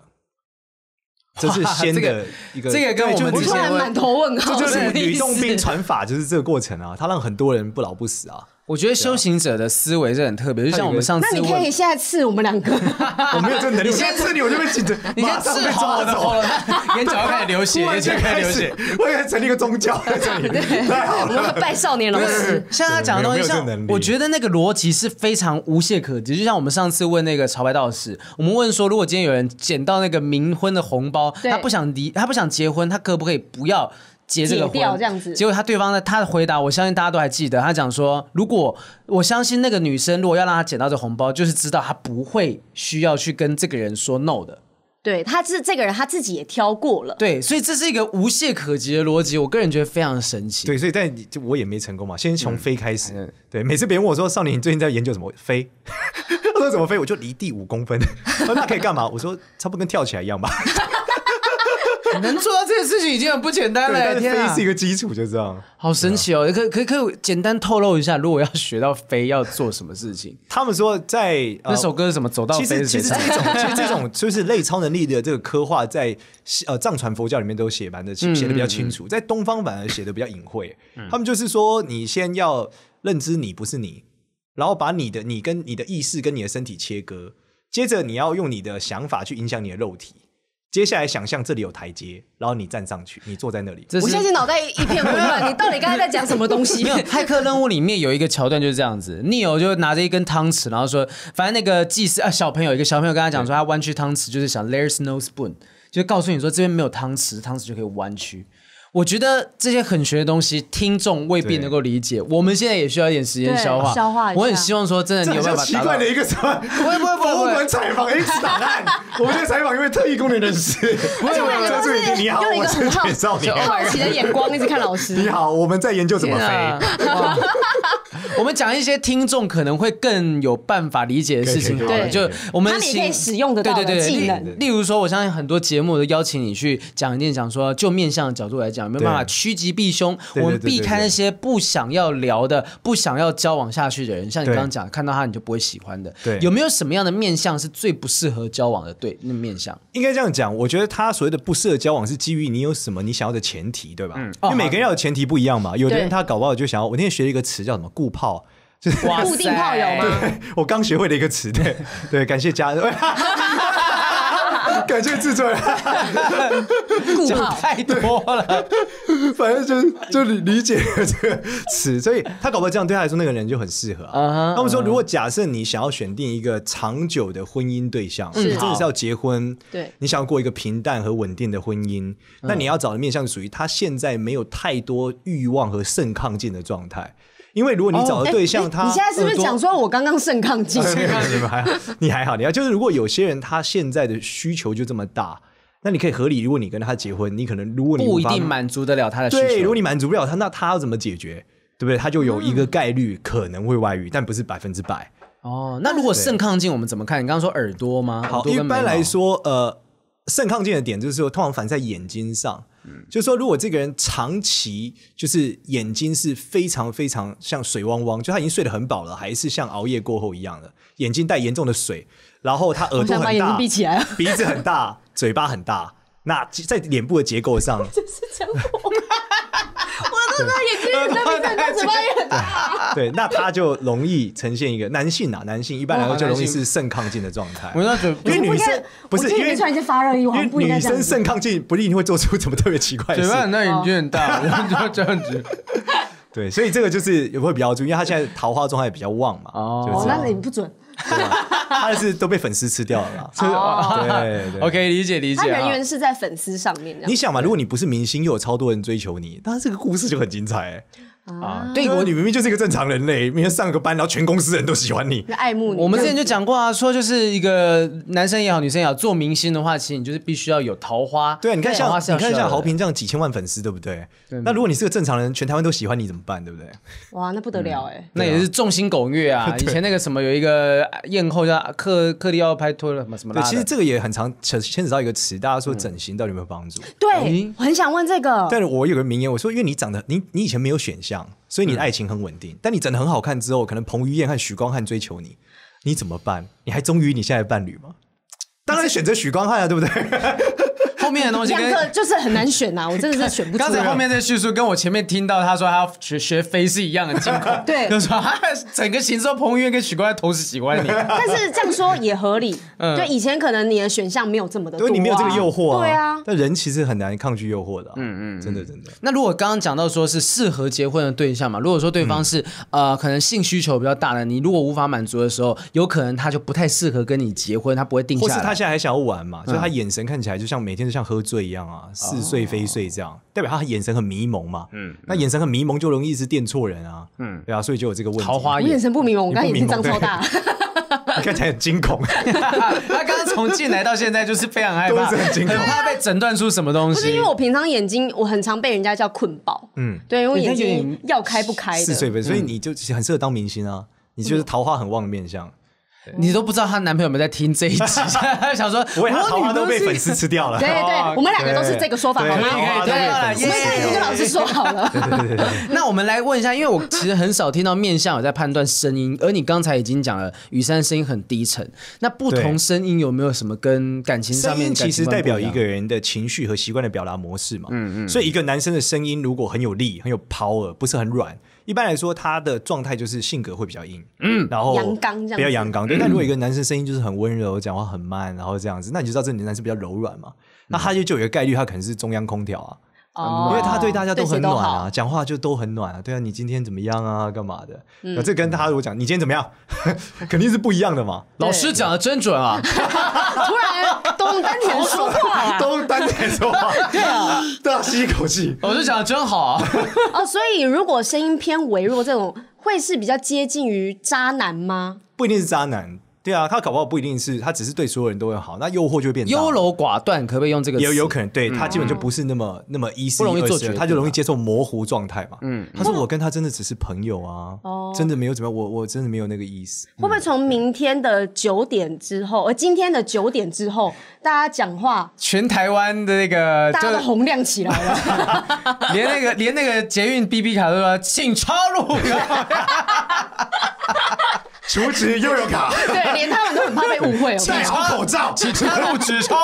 B: 这是仙的一个。
C: 这个跟我们
B: 对
A: 我
B: 就是
C: 之
A: 突
C: 前
A: 然满头问号，
B: 就
C: 这
B: 是
C: 个
B: 吕洞
C: 什么意
B: 宾
C: 思
B: 传法，就是这个过程啊，他让很多人不老不死 啊。
C: 我觉得修行者的思维是很特别，就像我们上
A: 那
C: 次
A: 你可以
C: 问，
A: 现在刺我们两个，
B: 我没有这个能力，我现在吃你我就被紧张，
C: 你
B: 马
C: 先
B: 上
C: 治
B: 被
C: 好
B: 抓
C: 我的喉
B: 走。
C: 咙， 眼角要开始 流血，
B: 突然
C: 眼角
B: 间
C: 开
B: 开
C: 始流
B: 始
C: 血。，
B: 我开始成立一个宗教在 这里，太好
A: 我
B: 了。
A: 们拜少年老师。
C: 像他讲的东
B: 对没
C: 西，
B: 有没有这
C: 像
B: 个能力
C: 我觉得那个逻辑是非常无懈可击。就像我们上次问那个朝白道士，我们问说，如果今天有人捡到那个冥婚的红包，
A: 对
C: 他不想离，他不想结婚，他可不可以不要结这个婚？
A: 解掉这样子
C: 结果他对方的他的回答，我相信大家都还记得。他讲说，如果我相信那个女生，如果要让她捡到这红包，就是知道她不会需要去跟这个人说 no 的。
A: 对，他是这个人，他自己也挑过了。
C: 对，所以这是一个无懈可击的逻辑，我个人觉得非常神奇。
B: 对，所以但你就我也没成功嘛，先从飞开始。
C: 嗯
B: 对，每次别人问我说：“少年，你最近在研究什么飞？” 他说：“怎么飞？”我就离地五公分。 他说：“那可以干嘛？”我说：“差不多跟跳起来一样吧。
C: 能做到这件事情已经很不简”单
B: 对，但
C: 了，
B: 是
C: 天啊！
B: 飞是一个啊基础，就这样。
C: 好神奇哦！可可可以简单透露一下，如果要学到飞要做什么事情？
B: 他们说在呃
C: 那首歌是什么？走到
B: 其
C: 飞
B: 实
C: 是
B: 其
C: 谁
B: 实
C: 唱
B: 这
C: 的？
B: 种其实这种就是类超能力的这个刻画，在西呃藏传佛教里面都写蛮的
C: 嗯
B: 写的比较清楚，在东方反而写的比较隐晦。他们就是说，你先要认知你不是你，然后把你的你跟你的意识跟你的身体切割，接着你要用你的想法去影响你的肉体。接下来想象这里有台阶，然后你站上去，你坐在那里。
C: 这
A: 我
C: 是
A: 现在脑袋一片混乱，你到底刚才在讲什么东西
C: 没？有《骇客任务》里面有一个桥段就是这样子，Neo 就拿着一根汤匙，然后说，反正那个祭司啊，小朋友一个小朋友跟他讲说，他弯曲汤匙就是想 There's no spoon，就是告诉你说这边没有汤匙，汤匙就可以弯曲。我觉得这些很玄的东西，听众未必
B: 对
C: 能够理解，我们现在也需要一点时间
A: 对
C: 消化。
A: 消化一下
C: 我很希望说，真的
B: 这
C: 你有
B: 很像
C: 办法
B: 奇
C: 达到
B: 怪的一个什么？
C: 不会不会不会
B: 博物馆采访哎 X 档案，我们在采访一位特异功能人士。
A: 而且我感觉
B: 在
A: 都
B: 这
A: 是
B: 里你好，
A: 用一
B: 我
A: 个
B: 是
A: 很好
B: 铁少年。
A: 好奇的眼光一直看老
B: 你
A: 师。
B: 好，我们在研究怎么
C: 天啊
B: 飞。
C: 哇 我们讲一些听众可能会更有办法理解的事情好了，
A: 对
C: 就我们
A: 他们也
C: 请
A: 可以使用得到
C: 对
A: 的
C: 对对
A: 技能
C: 例例如说，我相信很多节目都邀请你去讲一点，讲说就面向的角度来讲，有没有办法趋吉避凶，
B: 对对对
C: 我们避开那些不想要聊的、不想要交往下去的人。像你
B: 对
C: 刚刚讲，看到他你就不会喜欢的。
B: 对
C: 有没有什么样的面相是最不适合交往的？对，那面相。
B: 应该这样讲，我觉得他所谓的不适合交往是基于你有什么你想要的前提，对吧？
C: 嗯
B: 因为每个人要的前提不一样
C: 哦
B: 嘛。有的人他搞不好就想要，我那天学了一个词叫什么“固 炮”，就是
C: 哇 塞
A: 固定炮友吗？
B: 我刚学会的一个词。对对，感谢家人。 感谢制作人，
A: 顾
C: 讲
A: 好。
C: 太多了，
B: 反正就是就理理解了这个词，所以他搞不好这样对他来说，那个人就很适合
C: 嗯哼
B: 啊。那我们说，如果假设你想要选定一个长久的婚姻对象，你真的是要结婚，
A: 对
B: 你想要过一个平淡和稳定的婚姻，那你要找的面向属于他现在没有太多欲望和肾亢进的状态。因为如果你找的对象，
A: 哦
B: 他
A: 哎你现 在是不是
B: 耳朵
A: 讲说我刚刚肾亢 进？
B: 没有没有你们还好，你还好，你看，就是如果有些人他现在的需求就这么大，那你可以合理，如果你跟他结婚，你可能如果你
C: 不
B: 无
C: 一
B: 法
C: 定满足得了他的需
B: 对，如
C: 求
B: 果。你满足不了他，那他要怎么解决？对不对？他就有一个概率可能会外遇，但不是百分之百。
C: 哦，那如果肾亢进，我们怎么看？你刚刚说耳朵吗？耳
B: 好，
C: 朵
B: 一
C: 跟眉
B: 般来
C: 毛，
B: 说，呃，肾亢进的点就是说，通常反在眼睛上。
A: 嗯
B: 就是说，如果这个人长期就是眼睛是非常非常像水汪汪，就他已经睡得很饱了，还是像熬夜过后一样的，眼睛带严重的水，然后他耳
A: 我
B: 朵
A: 想把
B: 很大，
A: 眼睛闭起来 啊。
B: 鼻子很大，嘴巴很大，那在脸部的结构上，
A: 我真的眼睛很大，鼻子很大，嘴巴也很大。
B: 对，那他就容易呈现一个男性啊，男性一般来说就容易
C: 男性
B: 是肾亢进的状态。
C: 我那嘴
B: 因为
A: 我
B: 女
A: 现
B: 生
A: 在
B: 不是
A: 我今
B: 因
A: 天
B: 为
A: 突然间发热，因为
B: 因
A: 我好
B: 为
A: 像不应该
B: 女
A: 这样
B: 生
A: 子。
B: 肾亢进不一定会做出什么特别奇怪的
C: 嘴巴很
B: 事，
C: 大，眼
A: 哦
C: 睛很 大，我就这样子。
B: 对，所以这个就是也会比较注意，因为他现在桃花状态比较旺嘛，
C: 哦
B: 就
A: 哦，
B: 是
A: 那你不准，
B: 他是都被粉丝吃掉了 啦，对对。
C: OK，理解理
A: 哦他
C: 解啊。
A: 人缘是在粉丝上面这
B: 你
A: 样。
B: 想嘛，如果你不是明星，又有超多人追求你，那这个故事就很精彩、欸。
C: 啊，
B: 对，我你明明就是一个正常人类，明天上个班，然后全公司人都喜欢你，
A: 是爱慕你。
C: 我们之前就讲过啊，说就是一个男生也好，女生也好，做明星的话，其实你就是必须要有桃花。
B: 对啊，你看像
C: 桃花是要
B: 你看
C: 需要
B: 像
C: 的
B: 豪平这样几千万粉丝，对不对？那如果你是个正常人，全台湾都喜欢你怎么办？对不对？
A: 哇，那不得了
B: 嗯
A: 哎！
B: 啊
C: 那也是众星拱 月啊！以前那个什么有一个艳后叫克克利奥拍拖了什么什么
B: 对，
C: 拉的，
B: 其实这个也很常牵牵扯到一个词，大家说整形到底有没有帮助？
C: 哎
A: 对，我很想问这个。
B: 但是我有个名言，我说因为你长得你你以前没有选项，所以你的爱情很稳定。但你长得很好看之后，可能彭于晏和许光汉追求你，你怎么办？你还忠于你现在的伴侣吗？当然选择许光汉啊，对不 对？
C: 后面的东西
A: 两
C: 跟
A: 个就是很难选啊呐，我真的是选不出来。
C: 刚才后面的叙述跟我前面听到他说他要学学飞是一样的 惊恐，
A: 对
C: 就说啊，整个行说彭于晏跟许光汉同时喜欢你，
A: 但是这样说也合 理，就以前可能你的选项没有这么的
B: 因
A: 多、啊，
B: 嗯为你没有这个诱惑啊。
A: 对啊，
B: 但人其实很难抗拒诱惑的、嗯嗯，真的真的。
C: 那如果刚刚讲到说是适合结婚的对象嘛，如果说对方是、呃可能性需求比较大的，你如果无法满足的时候，有可能他就不太适合跟你结婚，他不会定
B: 或
C: 下
B: 是
C: 来。
B: 他现在还想要玩嘛，所以他眼神看起来就像每天都像喝醉一样啊，似睡非睡这样，代表他眼神很迷蒙嘛。嗯，那眼神很迷蒙就容易是电错人啊。嗯，对啊，所以就有这个问题。
C: 桃花
A: 我
C: 眼
A: 眼神不迷蒙，我
B: 你
A: 刚才
B: 不
A: 眼睛
B: 迷
A: 张超
B: 蒙
A: 大，
B: 你看起来很惊恐，
C: 他刚刚从进来到现在就是非常害 怕，
B: 都是很惊恐
C: 怕被诊断出什么东
A: 不
C: 西。
A: 是因为我平常眼睛，我很常被人家叫困饱，嗯，对，因为我眼
C: 你看有
A: 睛要开不开
B: 似睡
A: 的，
B: 非，所以你就很适合当明星啊。你就是桃花很旺的面相，
C: 你都不知道她男朋友有没有在听这一 集，想说
B: 我以为他桃花
C: 女
B: 都被
C: 是
B: 粉丝吃掉了
A: 对。对对
C: 哦，
A: 我们两个都是这个说法，好
B: 对
A: 吗？
B: 可以可以
A: 我
B: 对
A: 们
B: 对
A: 刚才已经跟老师说好了，
C: 那我们来问一下，因为我其实很少听到面相有在判断声音，而你刚才已经讲了，雨山声音很低沉，那不同
B: 对
C: 声音有没有什么跟感情上
B: 声音
C: 面
B: 其实代
C: 感情观不
B: 表
C: 一
B: 一
C: 样
B: 个人的情绪和习惯的表达模式嘛。嗯嗯。所以一个男生的声音如果很有力、很有 power，不是很软，一般来说他的状态就是性格会比较硬，嗯，然后
A: 阳刚这样子
B: 比较阳刚。对，但如果一个男生声音就是很温柔，讲话很慢，然后这样子，那你就知道这男生比较柔软嘛。那他就就有一个概率，他可能是中央空调啊。
A: 哦
B: 因为他对大家都很暖
A: 对谁
B: 啊，讲话就都很暖啊。对啊，你今天怎么样啊？干嘛的？那这跟他如果讲你今天怎么样， 肯定是不一样的嘛。
C: 老师讲的真准啊！
A: 都好突然东丹田说话了，
B: 都单点说话， 对啊，对啊，吸一口气。
C: 老师讲的真好、啊，
A: 哦，所以如果声音偏微弱，这种会是比较接近于渣男吗？
B: 不一定是渣男，对啊，他搞不好不一定是，他只是对所有人都很好，那诱惑就会变大
C: 优。柔寡断，可不可以用这个词？嗯
B: 也有有可能，对他基本就不是那么那么一
C: 不容易做
B: 决
C: 决定啊
B: 他就容易接受模糊状态嘛。嗯，他说我跟他真的只是朋友啊，真的没有怎么样，我我真的没有那个意思。
C: 嗯
A: 会不会从明天的九点之后，而今天的九点之后，大家讲话，
C: 全台湾的那呃个，
A: 大家
C: 就
A: 都洪亮起来 了？
C: 连那个连那个捷运 B B 卡都说请插入，
D: 储值悠游 卡，
A: 对，连他们都很怕被误会。哦我跟
D: 戴
A: 你说
D: 好口罩，
C: 起吃不 止抽。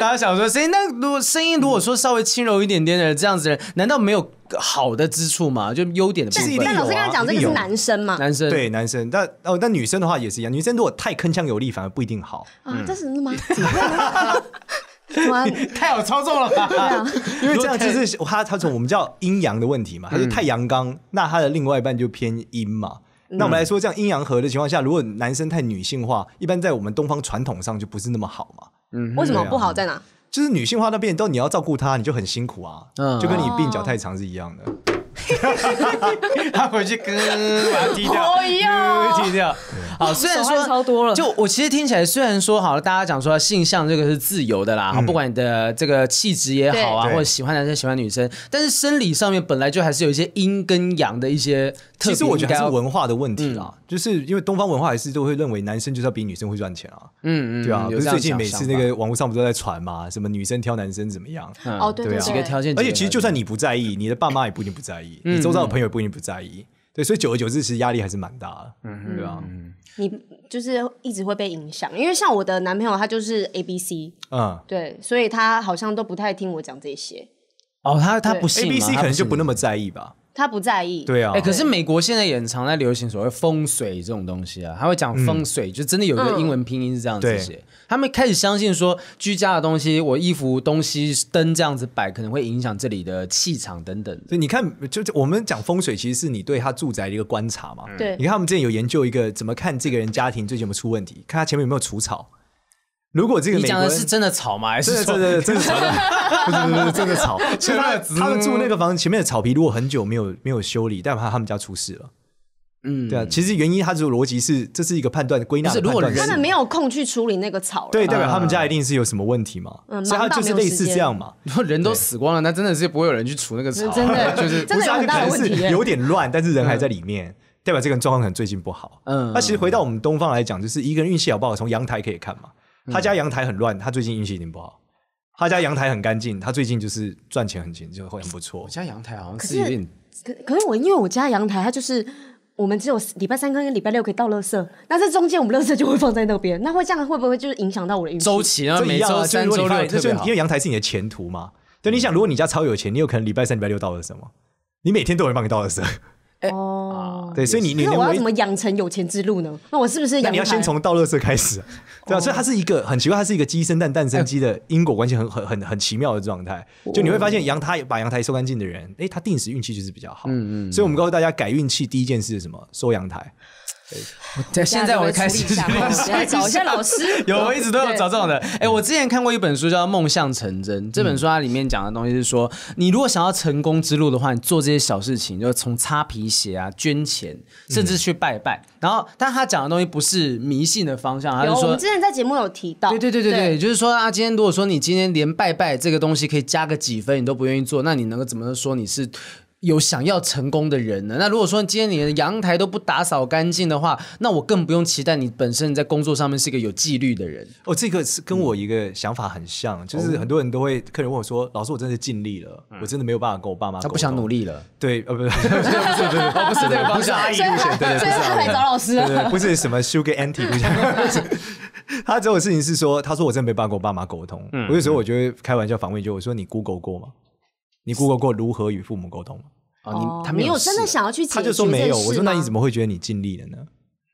C: 大家想说，声音那如果声音如果说稍微轻柔一点点的这样子的人，难道没有好的之处吗？就优点的部
B: 是一定。
C: 分
A: 但老师
B: 有啊
A: 刚才讲这个
B: 一定
A: 是
B: 有
A: 男生嘛？
C: 男生
B: 对男生，但哦，但女生的话也是一样，女生如果太铿锵有力，反而不一定好。
C: 嗯
A: 啊，这是真的吗？ 怎么会呢怎么会
C: 太有操纵了吧？
A: 啊？
B: 因为这样就是他他从我们叫阴阳的问题嘛，他是
C: 嗯
B: 太阳刚，那他的另外一半就偏阴嘛。
C: 嗯
B: 那我们来说，这样阴阳合的情况下，如果男生太女性化，一般在我们东方传统上就不是那么好嘛。
C: 嗯
A: 为什么不好在哪？
B: 就是女性化那边都你要照顾她，你就很辛苦啊，
C: 嗯
B: 就跟你鬓角太长是一样 的。
C: 他回去跟把它踢掉，
A: 哦哟
C: 踢掉。好，虽然
A: 手
C: 说
A: 汗超多了
C: 嗯就我其实听起来，虽然说好了，大家讲说性向这个是自由的啦，好不管你的这个气质也好啊，
B: 嗯对
C: 或者喜欢男生喜欢女生，但是生理上面本来就还是有一些阴跟阳的一些特
B: 其
C: 别应该要。嗯
B: 实我觉得还是文化的问题啦，就是因为东方文化还是都会认为男生就是要比女生会赚钱啊，
C: 嗯，嗯嗯，
B: 对啊，不
C: 有
B: 是
C: 这样
B: 最近
C: 想
B: 每次
C: 想
B: 那
C: 法
B: 个网络上不都在传嘛，什么女生挑男生怎么样？
C: 嗯
A: 哦，对
B: 对啊
A: 对，
C: 几个条件，
B: 而且其实就算你不在意，你的爸妈也不一定不在意，
C: 嗯
B: 你周遭的朋友也不一定不在意。对，所以久而久之，其实压力还是蛮大的，对啊，
A: 你就是一直会被影响，因为像我的男朋友他就是 A B C，
B: 嗯
A: 对，所以他好像都不太听我讲这些，
C: 哦，他他
A: 对
C: 不信
B: ，A、B、C 可能就不那
C: 么。
B: 么在意吧，
A: 他不在意。
B: 对啊
C: 哎、，可是美国现在也很常在流行所谓风水这种东西啊，他会讲风水，就真的有一个英文拼音是这样子
B: 对
C: 写。他们开始相信说，居家的东西，我衣服、东西、灯这样子摆，可能会影响这里的气场等等的。
B: 所以你看，就就我们讲风水，其实是你对他住宅的一个观察嘛。
C: 嗯
A: 对
B: 你看他们之前有研究一个怎么看这个人家庭最近有没有出问题，看他前面有没有除草。如果这个
C: 你
B: 美
C: 讲
B: 国
C: 的
B: 人
C: 是真的草吗？还
B: 真
C: 是
B: 的
C: 说
B: 真 的真的真的不是不是不是真的草，所以他他们住那个房子前面的草皮，如果很久没有没有修理，代表他们家出事了。
C: 嗯，
B: 对啊，其实原因他这个逻辑是，这是一个判断归纳的
C: 不是如
B: 判
C: 果
B: 断
C: 人啊
A: 他
B: 是
A: 们没有空去处理那个草了，
B: 对，代表他们家一定是有什么问题嘛，
A: 嗯
B: 所以他就是类似这样嘛。
C: 如果人都死光了，那真的是不会有人去除那个草啊、
A: 真 的
C: 就是
A: 真的有
B: 不
A: 很
B: 是
A: 大
B: 他
A: 的
B: 就可
A: 问题
B: 能是
A: 耶。
B: 有点乱，但是人还在里面，代表这个人状况可能最近不好。
C: 嗯
B: 嗯，那其实回到我们东方来讲，就是一个人运气好不好，从阳台可以看嘛。
C: 嗯
B: 他家阳台很乱，他最近运气一定不好；他家阳台很干净，他最近就是赚钱很勤，就会很不错
C: 我。家阳台好像
A: 是
C: 是有点
A: 可可是我因为我家阳台，它就是我们只有礼拜三跟礼拜六可以倒垃圾，那这中间我们垃圾就会放在那边，那会这样会不会就是影响到我的运气？
C: 周期，然后
B: 这
C: 嗯每
B: 一样
C: 周
B: 啊就是
C: 三、
B: 如果
C: 周
B: 你发
C: 六
B: 现
C: 特
B: 就是
C: 别
B: 因
C: 好
B: 为。阳台是你的前途嘛。对，你想，如果你家超有钱，你有可能礼拜三、礼拜六到了什么？你每天都有人帮你倒垃圾，
A: 哦。
B: 对，所以你你
A: 那
B: 能
A: 我要
B: 维
A: 怎么养成有钱之路呢？那我是不是
B: 那
A: 阳
B: 你
A: 台
B: 要先从倒垃圾开始啊，对啊，所以它是一个很奇怪，它是一个鸡生蛋，蛋生鸡的因果关系很很很很奇妙的状态。就你会发现，阳台把阳台收干净的人，诶，他定时运气就是比较好。嗯嗯。所以我们告诉大家，改运气第一件事是什么？收阳台。
C: 对 现在我 开始。
A: 处理一下哈我要 找一下老师
C: 有，我一直都有找这种的。哎、我之前看过一本书叫《梦想成真》，这
A: 嗯
C: 本书它里面讲的东西是说，你如果想要成功之路的话，你做这些小事情，就从擦皮鞋啊、捐钱，甚至去拜拜。然后，但他讲的东西不是迷信的方向，他
A: 嗯有，
C: 是
A: 我
C: 说
A: 们之。前在节目有提到，
C: 对对对对对，就是说啊，今天如果说你今天连拜拜这个东西可以加个几分，你都不愿意做，那你能够怎么说你是有想要成功的人呢？那如果说今天你的阳台都不打扫干净的话，那我更不用期待你本身在工作上面是一个有纪律的人。
B: 哦，这个是跟我一个想法很像，就是很多人都会客人问我说：“老师，我真的尽力了，我真的没有办法跟我爸妈。”
C: 他不想努。力了，
B: 对，呃，不是，不 是，不是，不是
C: 这个方向
B: 阿姨
A: 所以
B: 路
A: 他，
B: 线，对对，
A: 所以
B: 不是
A: 他来找老师了。
B: 对对，不是什么 sugar anti，不是。 他只有事情是说，他说我真的没办法跟我爸妈沟通。
A: 嗯
B: 我有时候我就会开玩笑反问一句，我说你 Google 过吗？你 Google 过如何与父母沟通吗？
C: 哦，你他
A: 你
C: 没
A: 有
C: 有
A: 真的
C: 试
A: 想要去解
B: 他
A: 决
B: 就说没
A: 嗯这
B: 有。
A: 件事
B: 我说那你
A: 吗
B: 怎么会觉得你尽力了呢？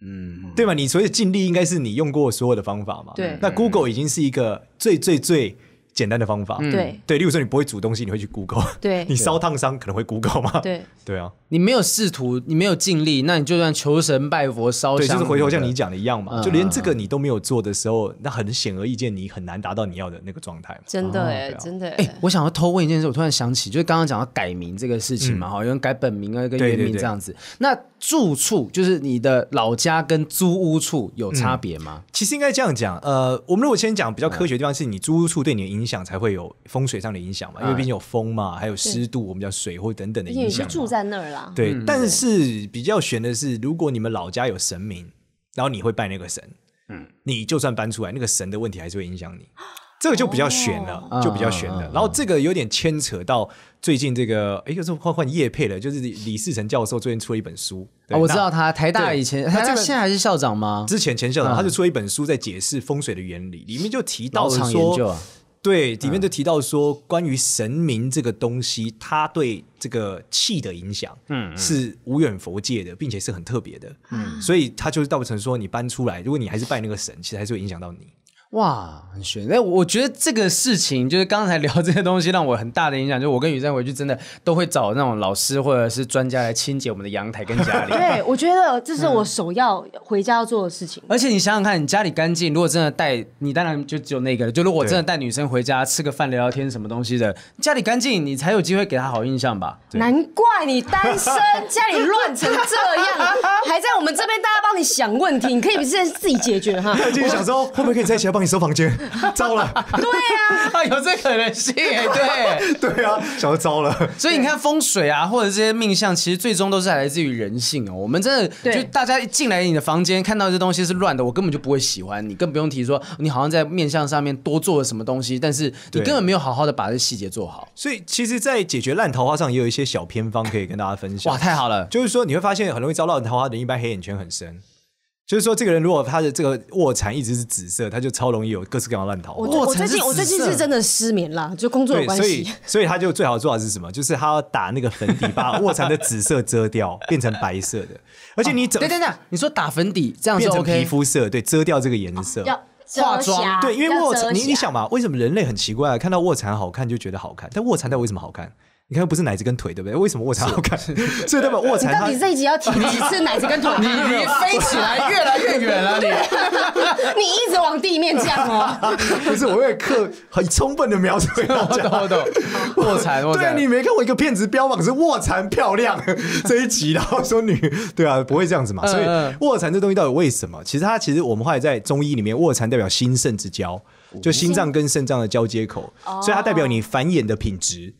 B: 嗯，对吧？你所谓尽力应该是你用过所有的方法嘛。
A: 对
B: 那 Google 已经是一个最最最简单的方法。
A: 对
B: 对，例如说你不会煮东西，你会去 Google。
A: 嗯对
B: 你烧烫伤可能会 Google 吗？
A: 对，
B: 对啊。
C: 你没有试图，你没有尽力，那你就算求神拜佛烧
B: 对，
C: 香，
B: 就是回头像
C: 对
B: 你
C: 不对
B: 讲的一样嘛，
A: 嗯
B: 就连这个你都没有做的时候，那很显而易见，你很难达到你要的那个状态嘛。
A: 真的哎，
B: 对啊
A: 真的
C: 哎、
A: 哎，
C: 我想要偷问一件事，我突然想起，就是刚刚讲到改名这个事情嘛，哈、有人改本名啊，
B: 嗯
C: 跟
B: 对
C: 原
B: 对
C: 名
B: 对
C: 这样子。那住处就是你的老家跟租屋处有
B: 嗯
C: 差别吗？
B: 其实应该这样讲，呃，我们如果先讲比较
A: 嗯
B: 科学的地方，是你租屋处对你的影响才会有风水上的影响嘛，因为毕竟有风嘛，还有湿度，我们叫水或等等的
A: 嗯毕竟你
B: 影
A: 是
B: 响嘛。
A: 住在那儿
D: 啊
A: 啦，
B: 对，
D: 嗯
B: 但是比较悬的是，如果你们老家有神明，然后你会拜那个神，嗯，你就算搬出来，那个神的问题还是会影响你。 这个就比较悬了，
A: 哦
B: 就比较悬了。
D: 嗯嗯嗯
B: 然后这个有点牵扯到最近这个，哎，就是换换叶配了，就是李李世成教授最近出了一本书，对
D: 哦我知
B: 那
D: 道他台大
B: 对
D: 以前，
B: 那
D: 台
B: 这
D: 大
B: 个
D: 现在还是校长吗？
B: 之前钱校长他就出了一本书，在解释风水的原理，里面就提到
D: 老
B: 了
D: 场研究
B: 说
D: 啊，
B: 对，里面就提到说关于神明这个东西，它对这个气的影响，嗯，是无远佛界的，并且是很特别的，嗯，所以他就是道成说，你搬出来，如果你还是拜那个神，其实还是会影响到你。
D: 哇，很悬。
C: 哎，我觉得这个事情就是刚才聊这些东西，让我很大的影响。就是我跟雨珊回去，真的都会找那种老师或者是专家来清洁我们的阳台跟家里。
A: 对，我觉得这是
C: 嗯
A: 我首要回家要做的事情。
C: 而且你想想看，你家里干净，如果真的带你，当然就只有那个了。就如果
B: 对
C: 真的带女生回家吃个饭、聊聊天什么东西的，家里干净，你才有机会给她好印象吧？
A: 难怪你单身，家里乱成这 样，还在我们这边大家帮你想问题，你可以自己自己解决哈。
B: 他就是想 说，会不会可以在一起来帮你收房 间？糟了，
C: 啊，有这可能性、欸，对。
B: 对啊，想说糟了。
C: 所以你看风水啊，或者这些命相，其实最终都是来自于人性哦。我们真的
A: 对
C: 就大家一进来你的房间，看到这东西是乱的，我根本就不会喜欢你，更不用提说哦你好像在面相上面多做了什么东西，但是你
B: 对
C: 根本没有好好的把这细节做好。
B: 所以其实，在解决烂桃花上，也有一些小偏方可以跟大家分享。
C: 哇，太好了！
B: 就是说你会发现很容易遭到桃花的人，一般黑眼圈很深。就是说，这个人如果他的这个卧蚕一直是紫色，他就超容易有各式各样的烂桃
A: 我
B: 花。
A: 我
C: 哇
A: 最
C: 真是
A: 近我最近
C: 紫色
A: 是真的失眠啦，就工作有
B: 对，
A: 关
B: 所以
A: 系。
B: 所以他就最好做法是什么？就是他要打那个粉底，把卧蚕的紫色遮掉，变成白色的，而且
A: 哦
B: 你整
C: 等等等，你说打粉底这样是
B: 变成
C: OK？
B: 皮 肤色，对，遮掉这个颜色。
A: 哦要
C: 化妆
A: 遮瑕
B: 对，因为
A: 要
B: 卧
A: 遮
B: 蚕，你
A: 瑕
B: 你想嘛，为什么人类很奇怪、啊，看到卧蚕好看就觉得好看，但卧蚕它为什么好看？你看，不是奶子跟腿，对不对？为什么卧蚕好看？ 所以代表卧蚕
A: 到
B: 它
A: 底这一集要提几次奶子跟腿？
C: 你 你飞起来越来越远了，你
A: 你一直往地面降 哦。
B: 不是，我为了刻 很充分的描述给大
C: 我懂
B: 家。
C: 我懂，卧蚕卧蚕
B: 对，你没看过一个片子标榜是卧蚕漂 亮这一集，然后说女对啊，不会这样子嘛。
C: 嗯
B: 所以
C: 嗯
B: 卧蚕这东西到底为什么？其实它其实我们后来在中医里面，卧蚕代表心肾之交，
C: 哦
B: 就心脏跟肾脏的交接口，
A: 哦
B: 所以它代表你繁衍的品质。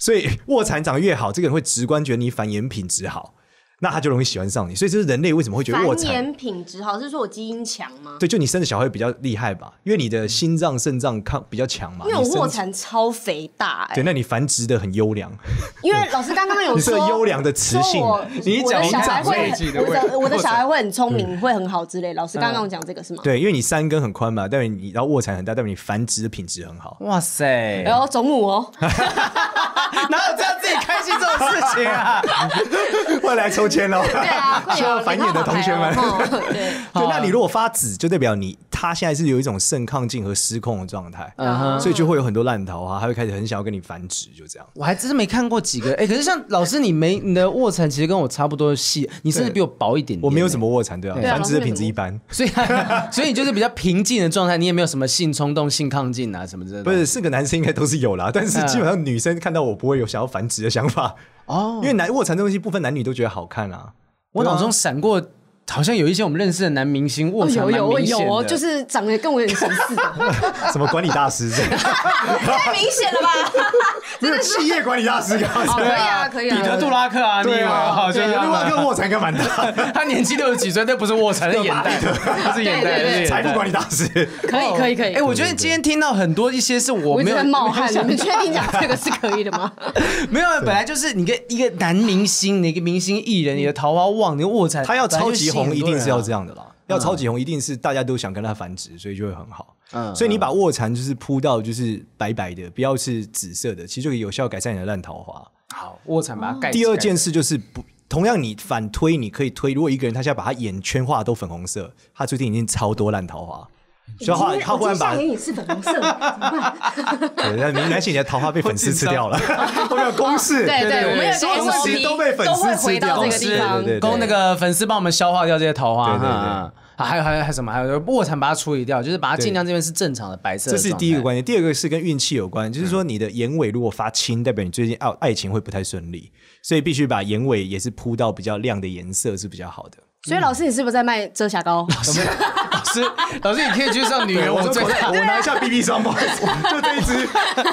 B: 所以卧蚕长得越好，这个人会直观觉得你繁衍品质好，那他就容易喜欢上你。所以这是人类为什么会觉得
A: 繁
B: 卧蚕
A: 衍品质好，是说我基因强吗？
B: 对，就你生的小孩会比较厉害吧，因为你的心脏、肾脏抗比较强嘛。
A: 因为我
B: 你生
A: 卧蚕超肥大哎、
B: 对，那你繁殖的很优 良，
A: 因为老师刚刚有
B: 你是
A: 哦说
B: 个优良的雌性
A: 说我
B: 你一讲
A: 我的小孩
B: 你长
A: 会
C: 锐气的
A: 很我
C: 味
A: 的我的小孩会很聪明，会很好之类。老师刚刚有讲这个是吗？
B: 嗯对，因为你三根很宽嘛，代表你然后卧蚕很大，代表你繁殖的品质 很好。
C: 哇塞，
A: 然后种母 哦，
C: 哪有这样自己开心这种事情啊？
B: 我来抽签喽！
A: 对啊，快
B: 希
A: 点
B: 望繁衍的同学们。
A: 哦 对，
B: 对，那你如果发紫，就代表你他现在是有一种肾亢进和失控的状态，
C: 嗯哼
B: 所以就会有很多烂桃花，他会开始很想要跟你繁殖，就这样。
C: 我还真是没看过几个，哎、可是像老师你没你的卧蚕其实跟我差不多细，你甚至比我薄一点点
B: 我没有什
C: 么，
B: 么卧蚕，对啊，
A: 啊
B: 繁殖的品质一般。
C: 所以所以你就是比较平静的状态，你也没有什么性冲动、性亢进啊什么之类的。
B: 不是，是个男生应该都是有啦，但
C: 嗯
B: 是基本上女生看到我不会有想要繁殖的想法，
C: 哦
B: 因，为男卧蚕这东西不分男女都觉得好看啊。
C: 我脑中闪过，好像有一些我们认识的男明星卧
A: 哦
C: 蚕
A: 有
C: 蛮
A: 有
C: 明
A: 有
C: 显
A: 哦，
C: 的，
A: 就是长得跟我有点相似的，
B: 什么管理大师这 样，
A: 太明显 了吧？
B: 没有企业管理大师啊，
A: 可以啊，可以
C: 彼得
A: 啊。
C: 杜拉克啊，你以为好就
B: 对
C: 是
B: 啊，
C: 他
B: 另外一
C: 吗
B: 个卧蚕应该蛮大，
C: 他年纪六十几岁， 那不是卧蚕，是眼 袋，不是
A: 对
C: 眼袋，
A: 对对
C: 是眼
B: 财
C: 袋
B: 富管理大师。
A: 可以可以可以
C: 哎，我觉得今天听到很多一些是我
A: 我一
C: 没
A: 直
C: 有
A: 在冒汗
C: 没有，
A: 你
C: 想
A: 们确定讲这个是可以的 吗？
C: 没有，本来就是你跟一个男明星，你一个明星艺人，你的桃花旺，你的卧蚕，
B: 他要超级红，一定是要这
C: 样。
B: 样的啦。要超级红，一定是大家都想跟他繁殖，所以就会很好。
C: 嗯
B: 所以你把卧蚕就是铺到就是白白的，不要是紫色的，其实就可以有效改善你的烂桃花。
C: 好，卧蚕把它盖起来。
B: 第二件事就是不，同样你反推，你可以推，如果一个人他现在把他眼圈画得都粉红色，他最近已经超多烂桃花。所以他他忽然把，
A: 眼影是粉红色的，怎么办？
B: 对，那没关系，你的桃花被粉丝吃掉了， 我们有公式，
A: 对
C: 对
A: 对，我们有一个
B: 对东西
A: SOP
B: 都被粉
A: 都会
B: 丝吃
A: 回到
B: 掉，
A: 这个地方。
B: 对对对
C: 供那个粉丝帮我们消化掉这些桃花。
B: 对对对
C: 哈啊还有还有还有什么？还有卧蚕把它处理掉，就是把它
B: 对
C: 尽量这边是正常的白色的
B: 这是
C: 状态。
B: 第一个关键，第二个是跟运气有关，就是说你的眼尾如果发青，代表你最近爱爱情会不太顺利，所以必须把眼尾也是铺到比较亮的颜色是比较好的。
A: 所以老师，你是不是在卖遮瑕膏？
C: 老师，老师，你可以去上 女
B: 对
C: 人
B: 我
C: 我
B: 说
C: 最大
B: 我。我拿一下 BB 霜，不好意思，就这一支，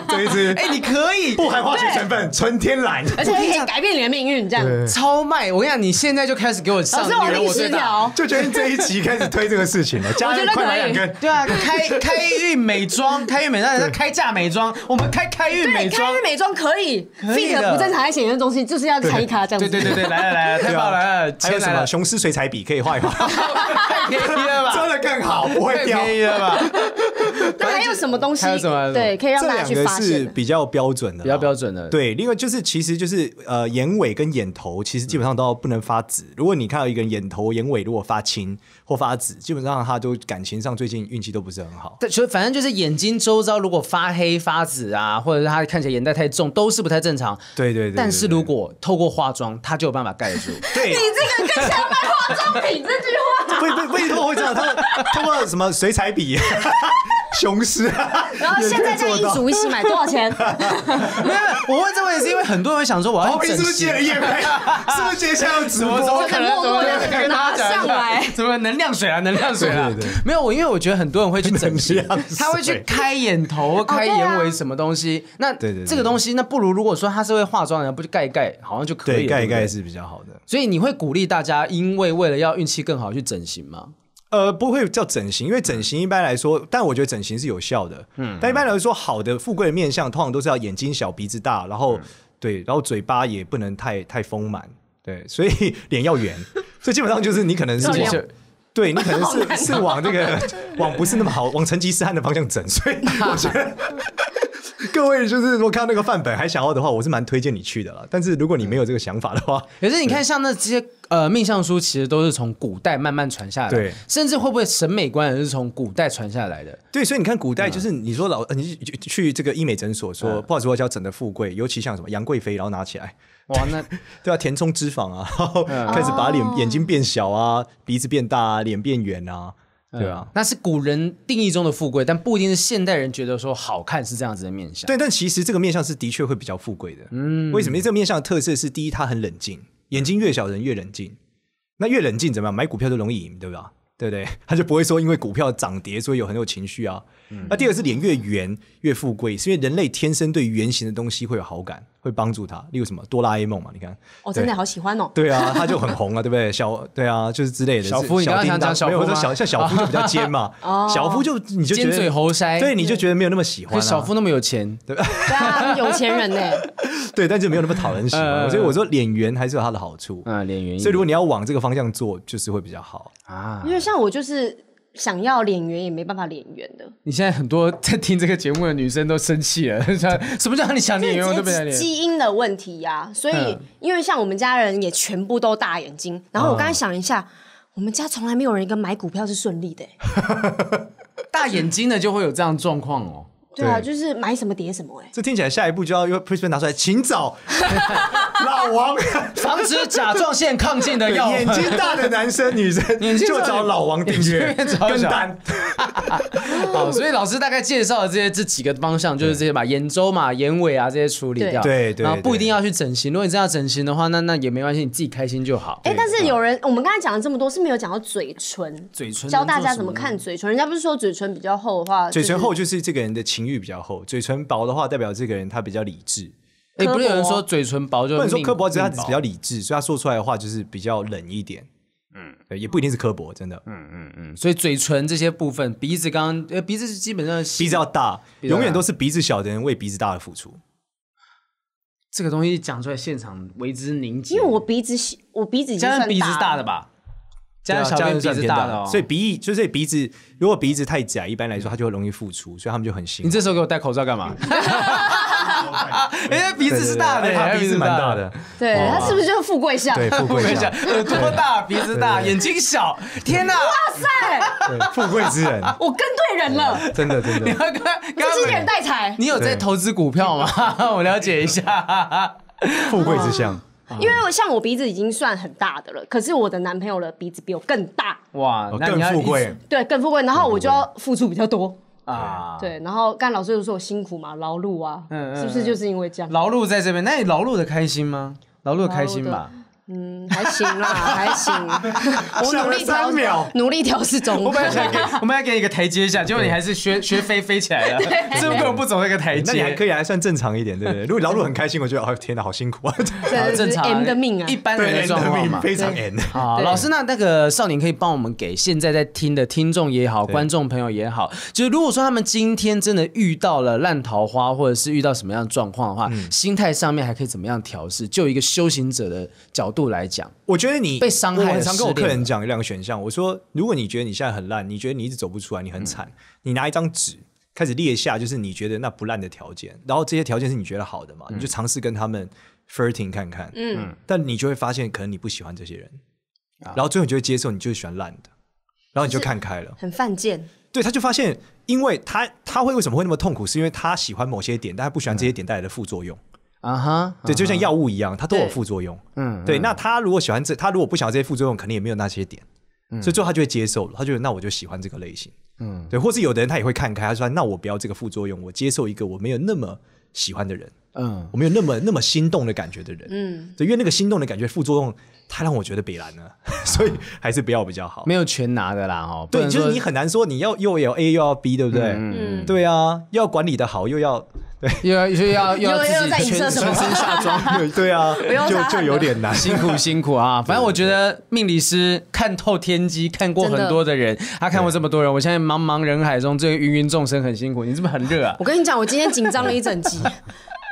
B: 这一支，
C: 哎，你可以
B: 不含化学成分，纯天然。
A: 而且可以改变你的命运，这样。
C: 超卖！我跟你讲，你现在就开始给我上
A: 老师，我
C: 女人
A: 第
C: 我
A: 十
C: 最大。
A: 条，
B: 就决定这一期开始推这个事情了，家人
A: 我觉得可以
B: 快买两根。
C: 对啊，开开运美妆，开运美妆，开价美妆，我们开开运美
A: 对，
C: 妆
A: 开日。美妆可以
C: 以的
A: ，fit 不正常爱显现东西就是要开一卡这样
C: 对
A: 子。
C: 对对对，来了来了，太
B: 对啊
C: 棒了来了，
B: 还有
C: 钱
B: 什
C: 来
B: 么
C: 了，
B: 雄狮水彩笔可以画一画，
C: 太便宜了吧？
B: 真的更好，不会
C: 太
B: 掉。
C: 便宜了吧？
A: 那还有什么东西？
C: 还有什么
A: 对，可以让
B: 这
A: 大家
B: 两
A: 去
B: 个
A: 发
B: 是
A: 现的。
B: 比较标准的啦，
D: 比较标准的
B: 对，另外就是其实就是呃，眼尾跟眼头其实基本上都要不能发紫。如果你看到一个人眼头、眼尾如果发青或发紫，基本上他都感情上最近运气都不是很好。
D: 对，就反正就是眼睛周遭如果发黑发紫啊，或者是他看起来眼袋太重，都是不太正常。
B: 对对对对
D: 但是如果透过化妆，他就有办法盖得住。
B: 对，
A: 你这个更像卖化妆品这句话。
B: 为为为什么会这样？他们通过什么水彩笔、雄狮啊，
A: 然后现在这样一组一起买多少 钱？
C: 没有，我问这个也是因为很多人会想说，我要
B: 毛
C: 去
B: 哦病是
C: 整
B: 不是接
C: 形
B: 了。叶 配？是不是接下要直
C: 怎么怎
B: 播？
C: 么可能？
A: 默
C: 怎么
A: 默地
C: 可能
A: 拿上来
C: 怎么能量水啊？能量水啊
B: 对对对！
C: 没有我，因为我觉得很多人会去整形
B: 能量水，
C: 他会去开眼
A: 哦
C: 头、开
A: 啊
C: 眼尾什么东西。那
B: 对对对
C: 这个东西，那不如如果说他是会化妆的，不就盖一盖，好像就可以
B: 对，
C: 了
B: 盖一。
C: 对
B: 盖
C: 不对
B: 是比较好的。
D: 所以你会鼓励大家，因为为了要运气更好去整形吗？
B: 呃，不会叫整形，因为整形一般来说，但我觉得整形是有效的。嗯，但一般来说，好的富贵的面相通常都是要眼睛小、鼻子大，然后、对，然后嘴巴也不能太太丰满，对， 所以脸要 圆。所以基本上就是你可能是
A: 重
B: 往
A: 量
B: 对你可能是是往那个往不是那么好往成吉思汗的方向整，所以我觉得。各位就是如果看到那个范本还想要的话，我是蛮推荐你去的啦。但是如果你没有这个想法的话，
D: 可是你看，像那些呃命相书，其实都是从古代慢慢传下来的，
B: 对
D: 甚至会不会审美观也是从古代传下来的？
B: 对，所以你看古代就是你说老，呃你去去这个医美诊所说，不好意思，我要整的富贵，尤其像什么杨贵妃，然后拿起来，
D: 哇， 那
B: 对啊，填充脂肪啊，然后开始把脸眼睛变小啊，鼻子变大啊，脸变圆啊，对啊。
D: 那是古人定义中的富贵，但不一定是现代人觉得说好看是这样子的面相。
B: 对，但其实这个面相是的确会比较富贵的。嗯，为什么？因为这个面相的特色是，第一，它很冷静，眼睛越小的人越冷静。那越冷静怎么样？买股票就容易赢，对吧？对不对？ 他就不会说因为股票涨跌，所以有很有情绪啊。
D: 嗯
B: 那第二个是脸越圆越富贵，是因为人类天生对于圆形的东西会有好感，会帮助他。例如什么哆啦 A 梦嘛，你看，
A: 我真的好喜欢哦。
B: 对啊，他就很红啊， 对不对？小对啊，就是之类的。
D: 小夫
B: 是
D: 你刚刚
B: 叮
D: 想讲
B: 当
D: 小夫
B: 没有我说
D: 吗哦
B: 小像小夫就比较尖嘛， 小夫就你就觉得
D: 尖嘴猴腮
B: 对，你就觉得没有那么喜欢、
D: 可
B: 啊。
D: 是小夫那么有钱，
A: 对啊，有钱人呢、
B: 对，但就没有那么讨 人喜
D: 呃
B: 欢。所以我说脸圆还是有它的好处。
D: 嗯，脸圆一点。
B: 所以如果你要往这个方向做，就是会比较好。
D: 啊，
A: 因为像我就是想要脸圆也没办法脸圆的，
C: 你现在很多在听这个节目的女生都生气 了，什
D: 啊
C: 么叫你想脸圆我嗯都
A: 这
C: 不想
A: 是
C: 脸？
A: 基因的问题呀、所以因为像我们家人也全部都大眼睛，然后我刚才想一下，我们家从来没有人一个买股票是顺利的、欸。
D: 大眼睛的就会有这样状况哦。
A: 对啊，就是买什么跌什么哎、
B: 这听起来下一步就要用 p r i s m 拿出来，请找老王。
D: 防止甲状腺亢进的 药
B: 眼睛大的男生、女生
D: 眼睛大
B: 就
D: 的
B: 找老王订阅
D: 眼睛大的
B: 跟单，
D: 好，所以老师大概介绍了这些这几个方向，就是这些把眼周嘛、眼尾啊这些处理掉。
B: 对对对
D: 然后不一定要去整形，如果你真的要整形的话，那那也没关系，你自己开心就好。
A: 哎、但是有人，我们刚才讲了这么多，是没有讲到嘴唇，
D: 啊嘴唇能
A: 教大
D: 做
A: 家
D: 什
A: 怎么
D: 么呢
A: 看嘴唇。人家不是说嘴唇比较厚的话，
B: 嘴唇厚
A: 就是
B: 就是这个人的情欲比较厚，嘴唇薄的话代表这个人他比较理智。
D: 哎，
A: 刻薄
D: 不是有人说嘴唇薄就
B: 不能说
D: 命
B: 刻薄，只是他
D: 命薄
B: 比较理智，所以他说出来的话就是比较冷一点。嗯，也不一定是刻薄，真的。
D: 嗯所以嘴唇这些部分，鼻子刚刚呃鼻子是基本上是
B: 鼻子要大，
D: 子要大
B: 永远都是鼻子小的人为鼻子大的付出。
D: 这个东西讲出来，现场为之凝结。
A: 因为我鼻子细，我鼻子已经
D: 加上
A: 算
D: 鼻子大
A: 了
D: 的吧，
B: 对
D: 加
B: 啊
D: 上
B: 这
D: 小
B: 样
D: 便
B: 就
D: 鼻
B: 算
D: 子
B: 偏
D: 大
B: 大
D: 的哦。
B: 所以鼻翼就是鼻子，如果鼻子太窄，一般来说它就会容易付出，所以他们就很辛
D: 你
B: 苦。
D: 这时候给我戴口罩干 嘛？ 哎，鼻子是大的
B: 对对对而
D: 耶，
B: 且他鼻子蛮大的，
A: 对，
D: 哦
A: 他是不是就是富贵相？
B: 对，富
D: 我跟
B: 贵
D: 你讲，
B: 相，
C: 呃
D: 耳朵大，鼻子大，眼睛小，天哪！
A: 塞，
B: 对富贵之 人，
A: 我跟对人
D: 哦
A: 了，
B: 真的真的。
D: 刚刚
A: 这是一
D: 刚
A: 点带财。
D: 你有在投资股票 吗？我了解一下。
B: 富贵之相，
A: 因为我像我鼻子已经算很大的了，可是我的男朋友的鼻子比我更大，
D: 哇
B: 哦，
D: 那你
B: 更
D: 要
B: 富
D: 一直
B: 贵。
A: 对，更富贵，然后我就要付出比较多。
D: 啊！
A: 对，然后刚才老师就说我辛苦嘛，劳碌啊，
D: 嗯嗯
A: 是不是就是因为这样？
D: 劳碌在这边，那你劳碌的开心吗？劳碌得开心吧？
A: 嗯，还行 啦，还行。我努力
B: 想了
A: 调
B: 三秒
A: 努力调试中。
E: 我本来想 给，我们要给你一个台阶下，结果你还是 学学飞飞起来了，这根本不走那个台阶。
B: 那你还可
E: 以，
B: 以，还算正常一点，对不对？如果老鲁很开心，我觉得哦，天哪，好辛 苦啊！
A: 这
C: 正常啊
A: M 的命啊
C: 一，般 人
B: 对
C: 的状况嘛。
B: 非常 N。
C: 好，
A: 对
C: 啊老师，那那个少年可以帮我们给现在在听的听众也好，
B: 对
C: 观众朋友也好，就是如果说他们今天真的遇到了烂桃花，或者是遇到什么样的状况的话，
B: 嗯
C: 心态上面还可以怎么样调试？就一个修行者的角度来讲，
B: 我觉得你
C: 被伤害
B: 我
C: 了
B: 很常跟我
C: 失恋
B: 客人
C: 了
B: 讲两个选项，我说如果你觉得你现在很烂，你觉得你一直走不出来，你很惨，
C: 嗯
B: 你拿一张纸开始列下，就是你觉得那不烂的条件，然后这些条件是你觉得好的嘛，
C: 嗯
B: 你就尝试跟他们 flirting 看看，嗯，但你就会发现可能你不喜欢这些人，然后最后你就会接受，你就喜欢烂的，然后你就看开了。
A: 很犯贱。
B: 对，他就发现，因为他他会为什么会那么痛苦，是因为他喜欢某些点，但他不喜欢这些点带来的副作用。
C: 啊哈，
B: 对，就像药物一样，它都有
A: 对
B: 副作用。
C: 嗯
B: 嗯，对。那他如果喜欢这，他如果不想要这些副作用，肯定也没有那些点，所以最后他就会接受了，他就觉得那我就喜欢这个类型。嗯，对。或是有的人他也会看开，他说那我不要这个副作用，我接受一个我没有那么喜欢的人，
C: 嗯，
B: 我没有那么那么心动的感觉的人。嗯，对，因为那个心动的感觉副作用，它让我觉得北蓝呢，所以还是不要比较好。
C: 没有全拿的啦哦，不
B: 对，
C: 能
B: 就是
C: 说
B: 你很难说你要又要 A 又要 B，对不对？
A: 嗯
B: 对啊，又要管理的好，又要
C: 又要又要又要
A: 又又在
C: 自己
A: 影射
C: 全
A: 什么
C: 全身下装，
B: 对啊，
A: 用
B: 就
A: 擦汗
B: 就有点难。
C: 辛苦辛苦啊！反正我觉得命理师看透天机，看过很多的人，他看过这么多人，我现在茫茫人海中，这个芸芸众生很辛苦。你是不是很热啊？
A: 我跟你讲，我今天紧张了一整 集，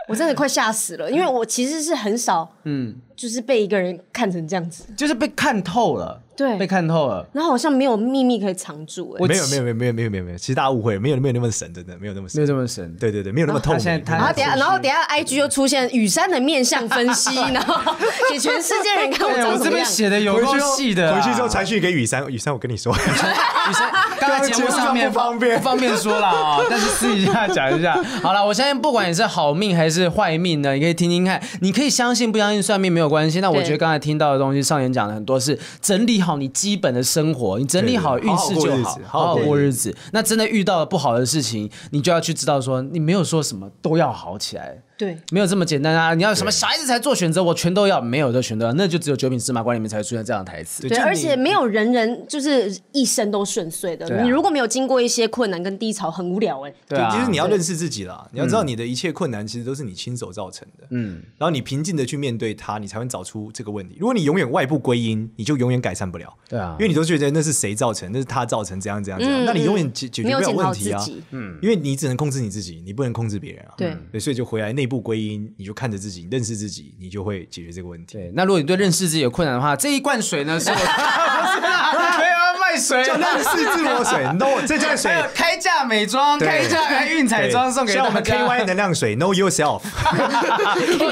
A: 我真的快吓死了，因为我其实是很少，嗯，就是被一个人看成这样子，
C: 就是被看透了，
A: 对
C: 被看透了。
A: 然后好像没有秘密可以藏住、欸，
B: 没有没有没有没有没有没有没有，其实大家误会，没有没有那么神，真的没有那么
C: 没
B: 神
C: 有。这么神，
B: 对对对，没有那么痛
C: 他现在
B: 明。
C: 他
A: 然后等一下，
C: 是
A: 然后等一下，IG 又出现雨山的面相分 析，然后给全世界人看我
C: 哎
A: 长
C: 我
A: 什
C: 这
A: 么
C: 边
A: 样。
C: 写的有够细的啊，
B: 回去之后传讯给雨珊，雨珊，我跟你 说，
C: 女生刚才节目上面
B: 不方便
C: 不方便说了啊、但是私底下讲 一下。好了，我相信不管你是好命还是坏命呢，你可以听听看，你可以相信不相信算命没有关系。那我
A: 对
C: 觉得刚才听到的东西，上言讲的很多是整理好你基本的生活，你整理好运势就
B: 对对
C: 好，
B: 好好过日子好好
C: 好好
B: 过
C: 过日子。那真的遇到了不好的事情，你就要去知道说，你没有说什么都要好起来。
A: 对，
C: 没有这么简单啊！你要什么小孩子才做选择，我全都要，没有的全都要，那就只有九品芝麻官里面才会出现这样的台词。
A: 对，而且没有人人就是一生都顺遂的。
C: 对啊
A: 你如果没有经过一些困难跟低潮，很无聊哎、
C: 对啊，
B: 其实你要认识自己啦，你要知道你的一切困难其实都是你亲手造成的。嗯，然后你平静的去面对它，你才会找出这个问题。如果你永远外部归因，你就永远改善不了。
C: 对啊
B: 因为你都觉得那是谁造成，那是他造成怎样怎样怎样，那你永远解解决不了问题
A: 没有检讨
B: 啊
A: 自己。
B: 嗯，因为你只能控制你自己，你不能控制别人啊。
A: 对
B: 对，所以就回来内部归因，你就看着自己，认识自己，你就会解决这个问题。
C: 对，那如果你对认识自己有困难的话，这一罐水 呢是我不是啊没有要卖水，
B: 叫认识自我水，no，这 叫水
C: 还有开价美妆、
B: 对
C: 开价来运彩妆送给
B: 像
C: 大
B: 我们
C: 家。
B: KY 能量水，know yourself，
A: 欸，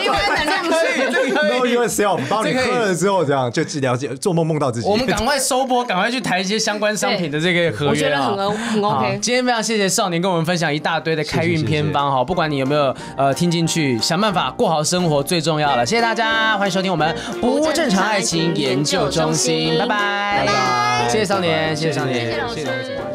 A: 一般能
C: 哎
A: 量
C: 可以
A: 是
C: 这个可
B: know
C: 以
B: yourself，帮你
C: 这可以
B: 喝了之后，这样就治疗，做梦梦到自己。
C: 我们赶快收播，赶快去谈一些相关商品的这个合约啊。
A: 我觉得很 O- 很
C: 好
A: OK。
C: 今天非常谢谢少年跟我们分享一大堆的开运偏方哈，不管你有没有呃听进去，想办法过好生活最重要了。谢谢大家，欢迎收听我们不正常爱情研究中心，拜拜，
A: 拜拜
C: 谢谢少年，谢谢少
A: 谢
C: 年，
A: 谢老师。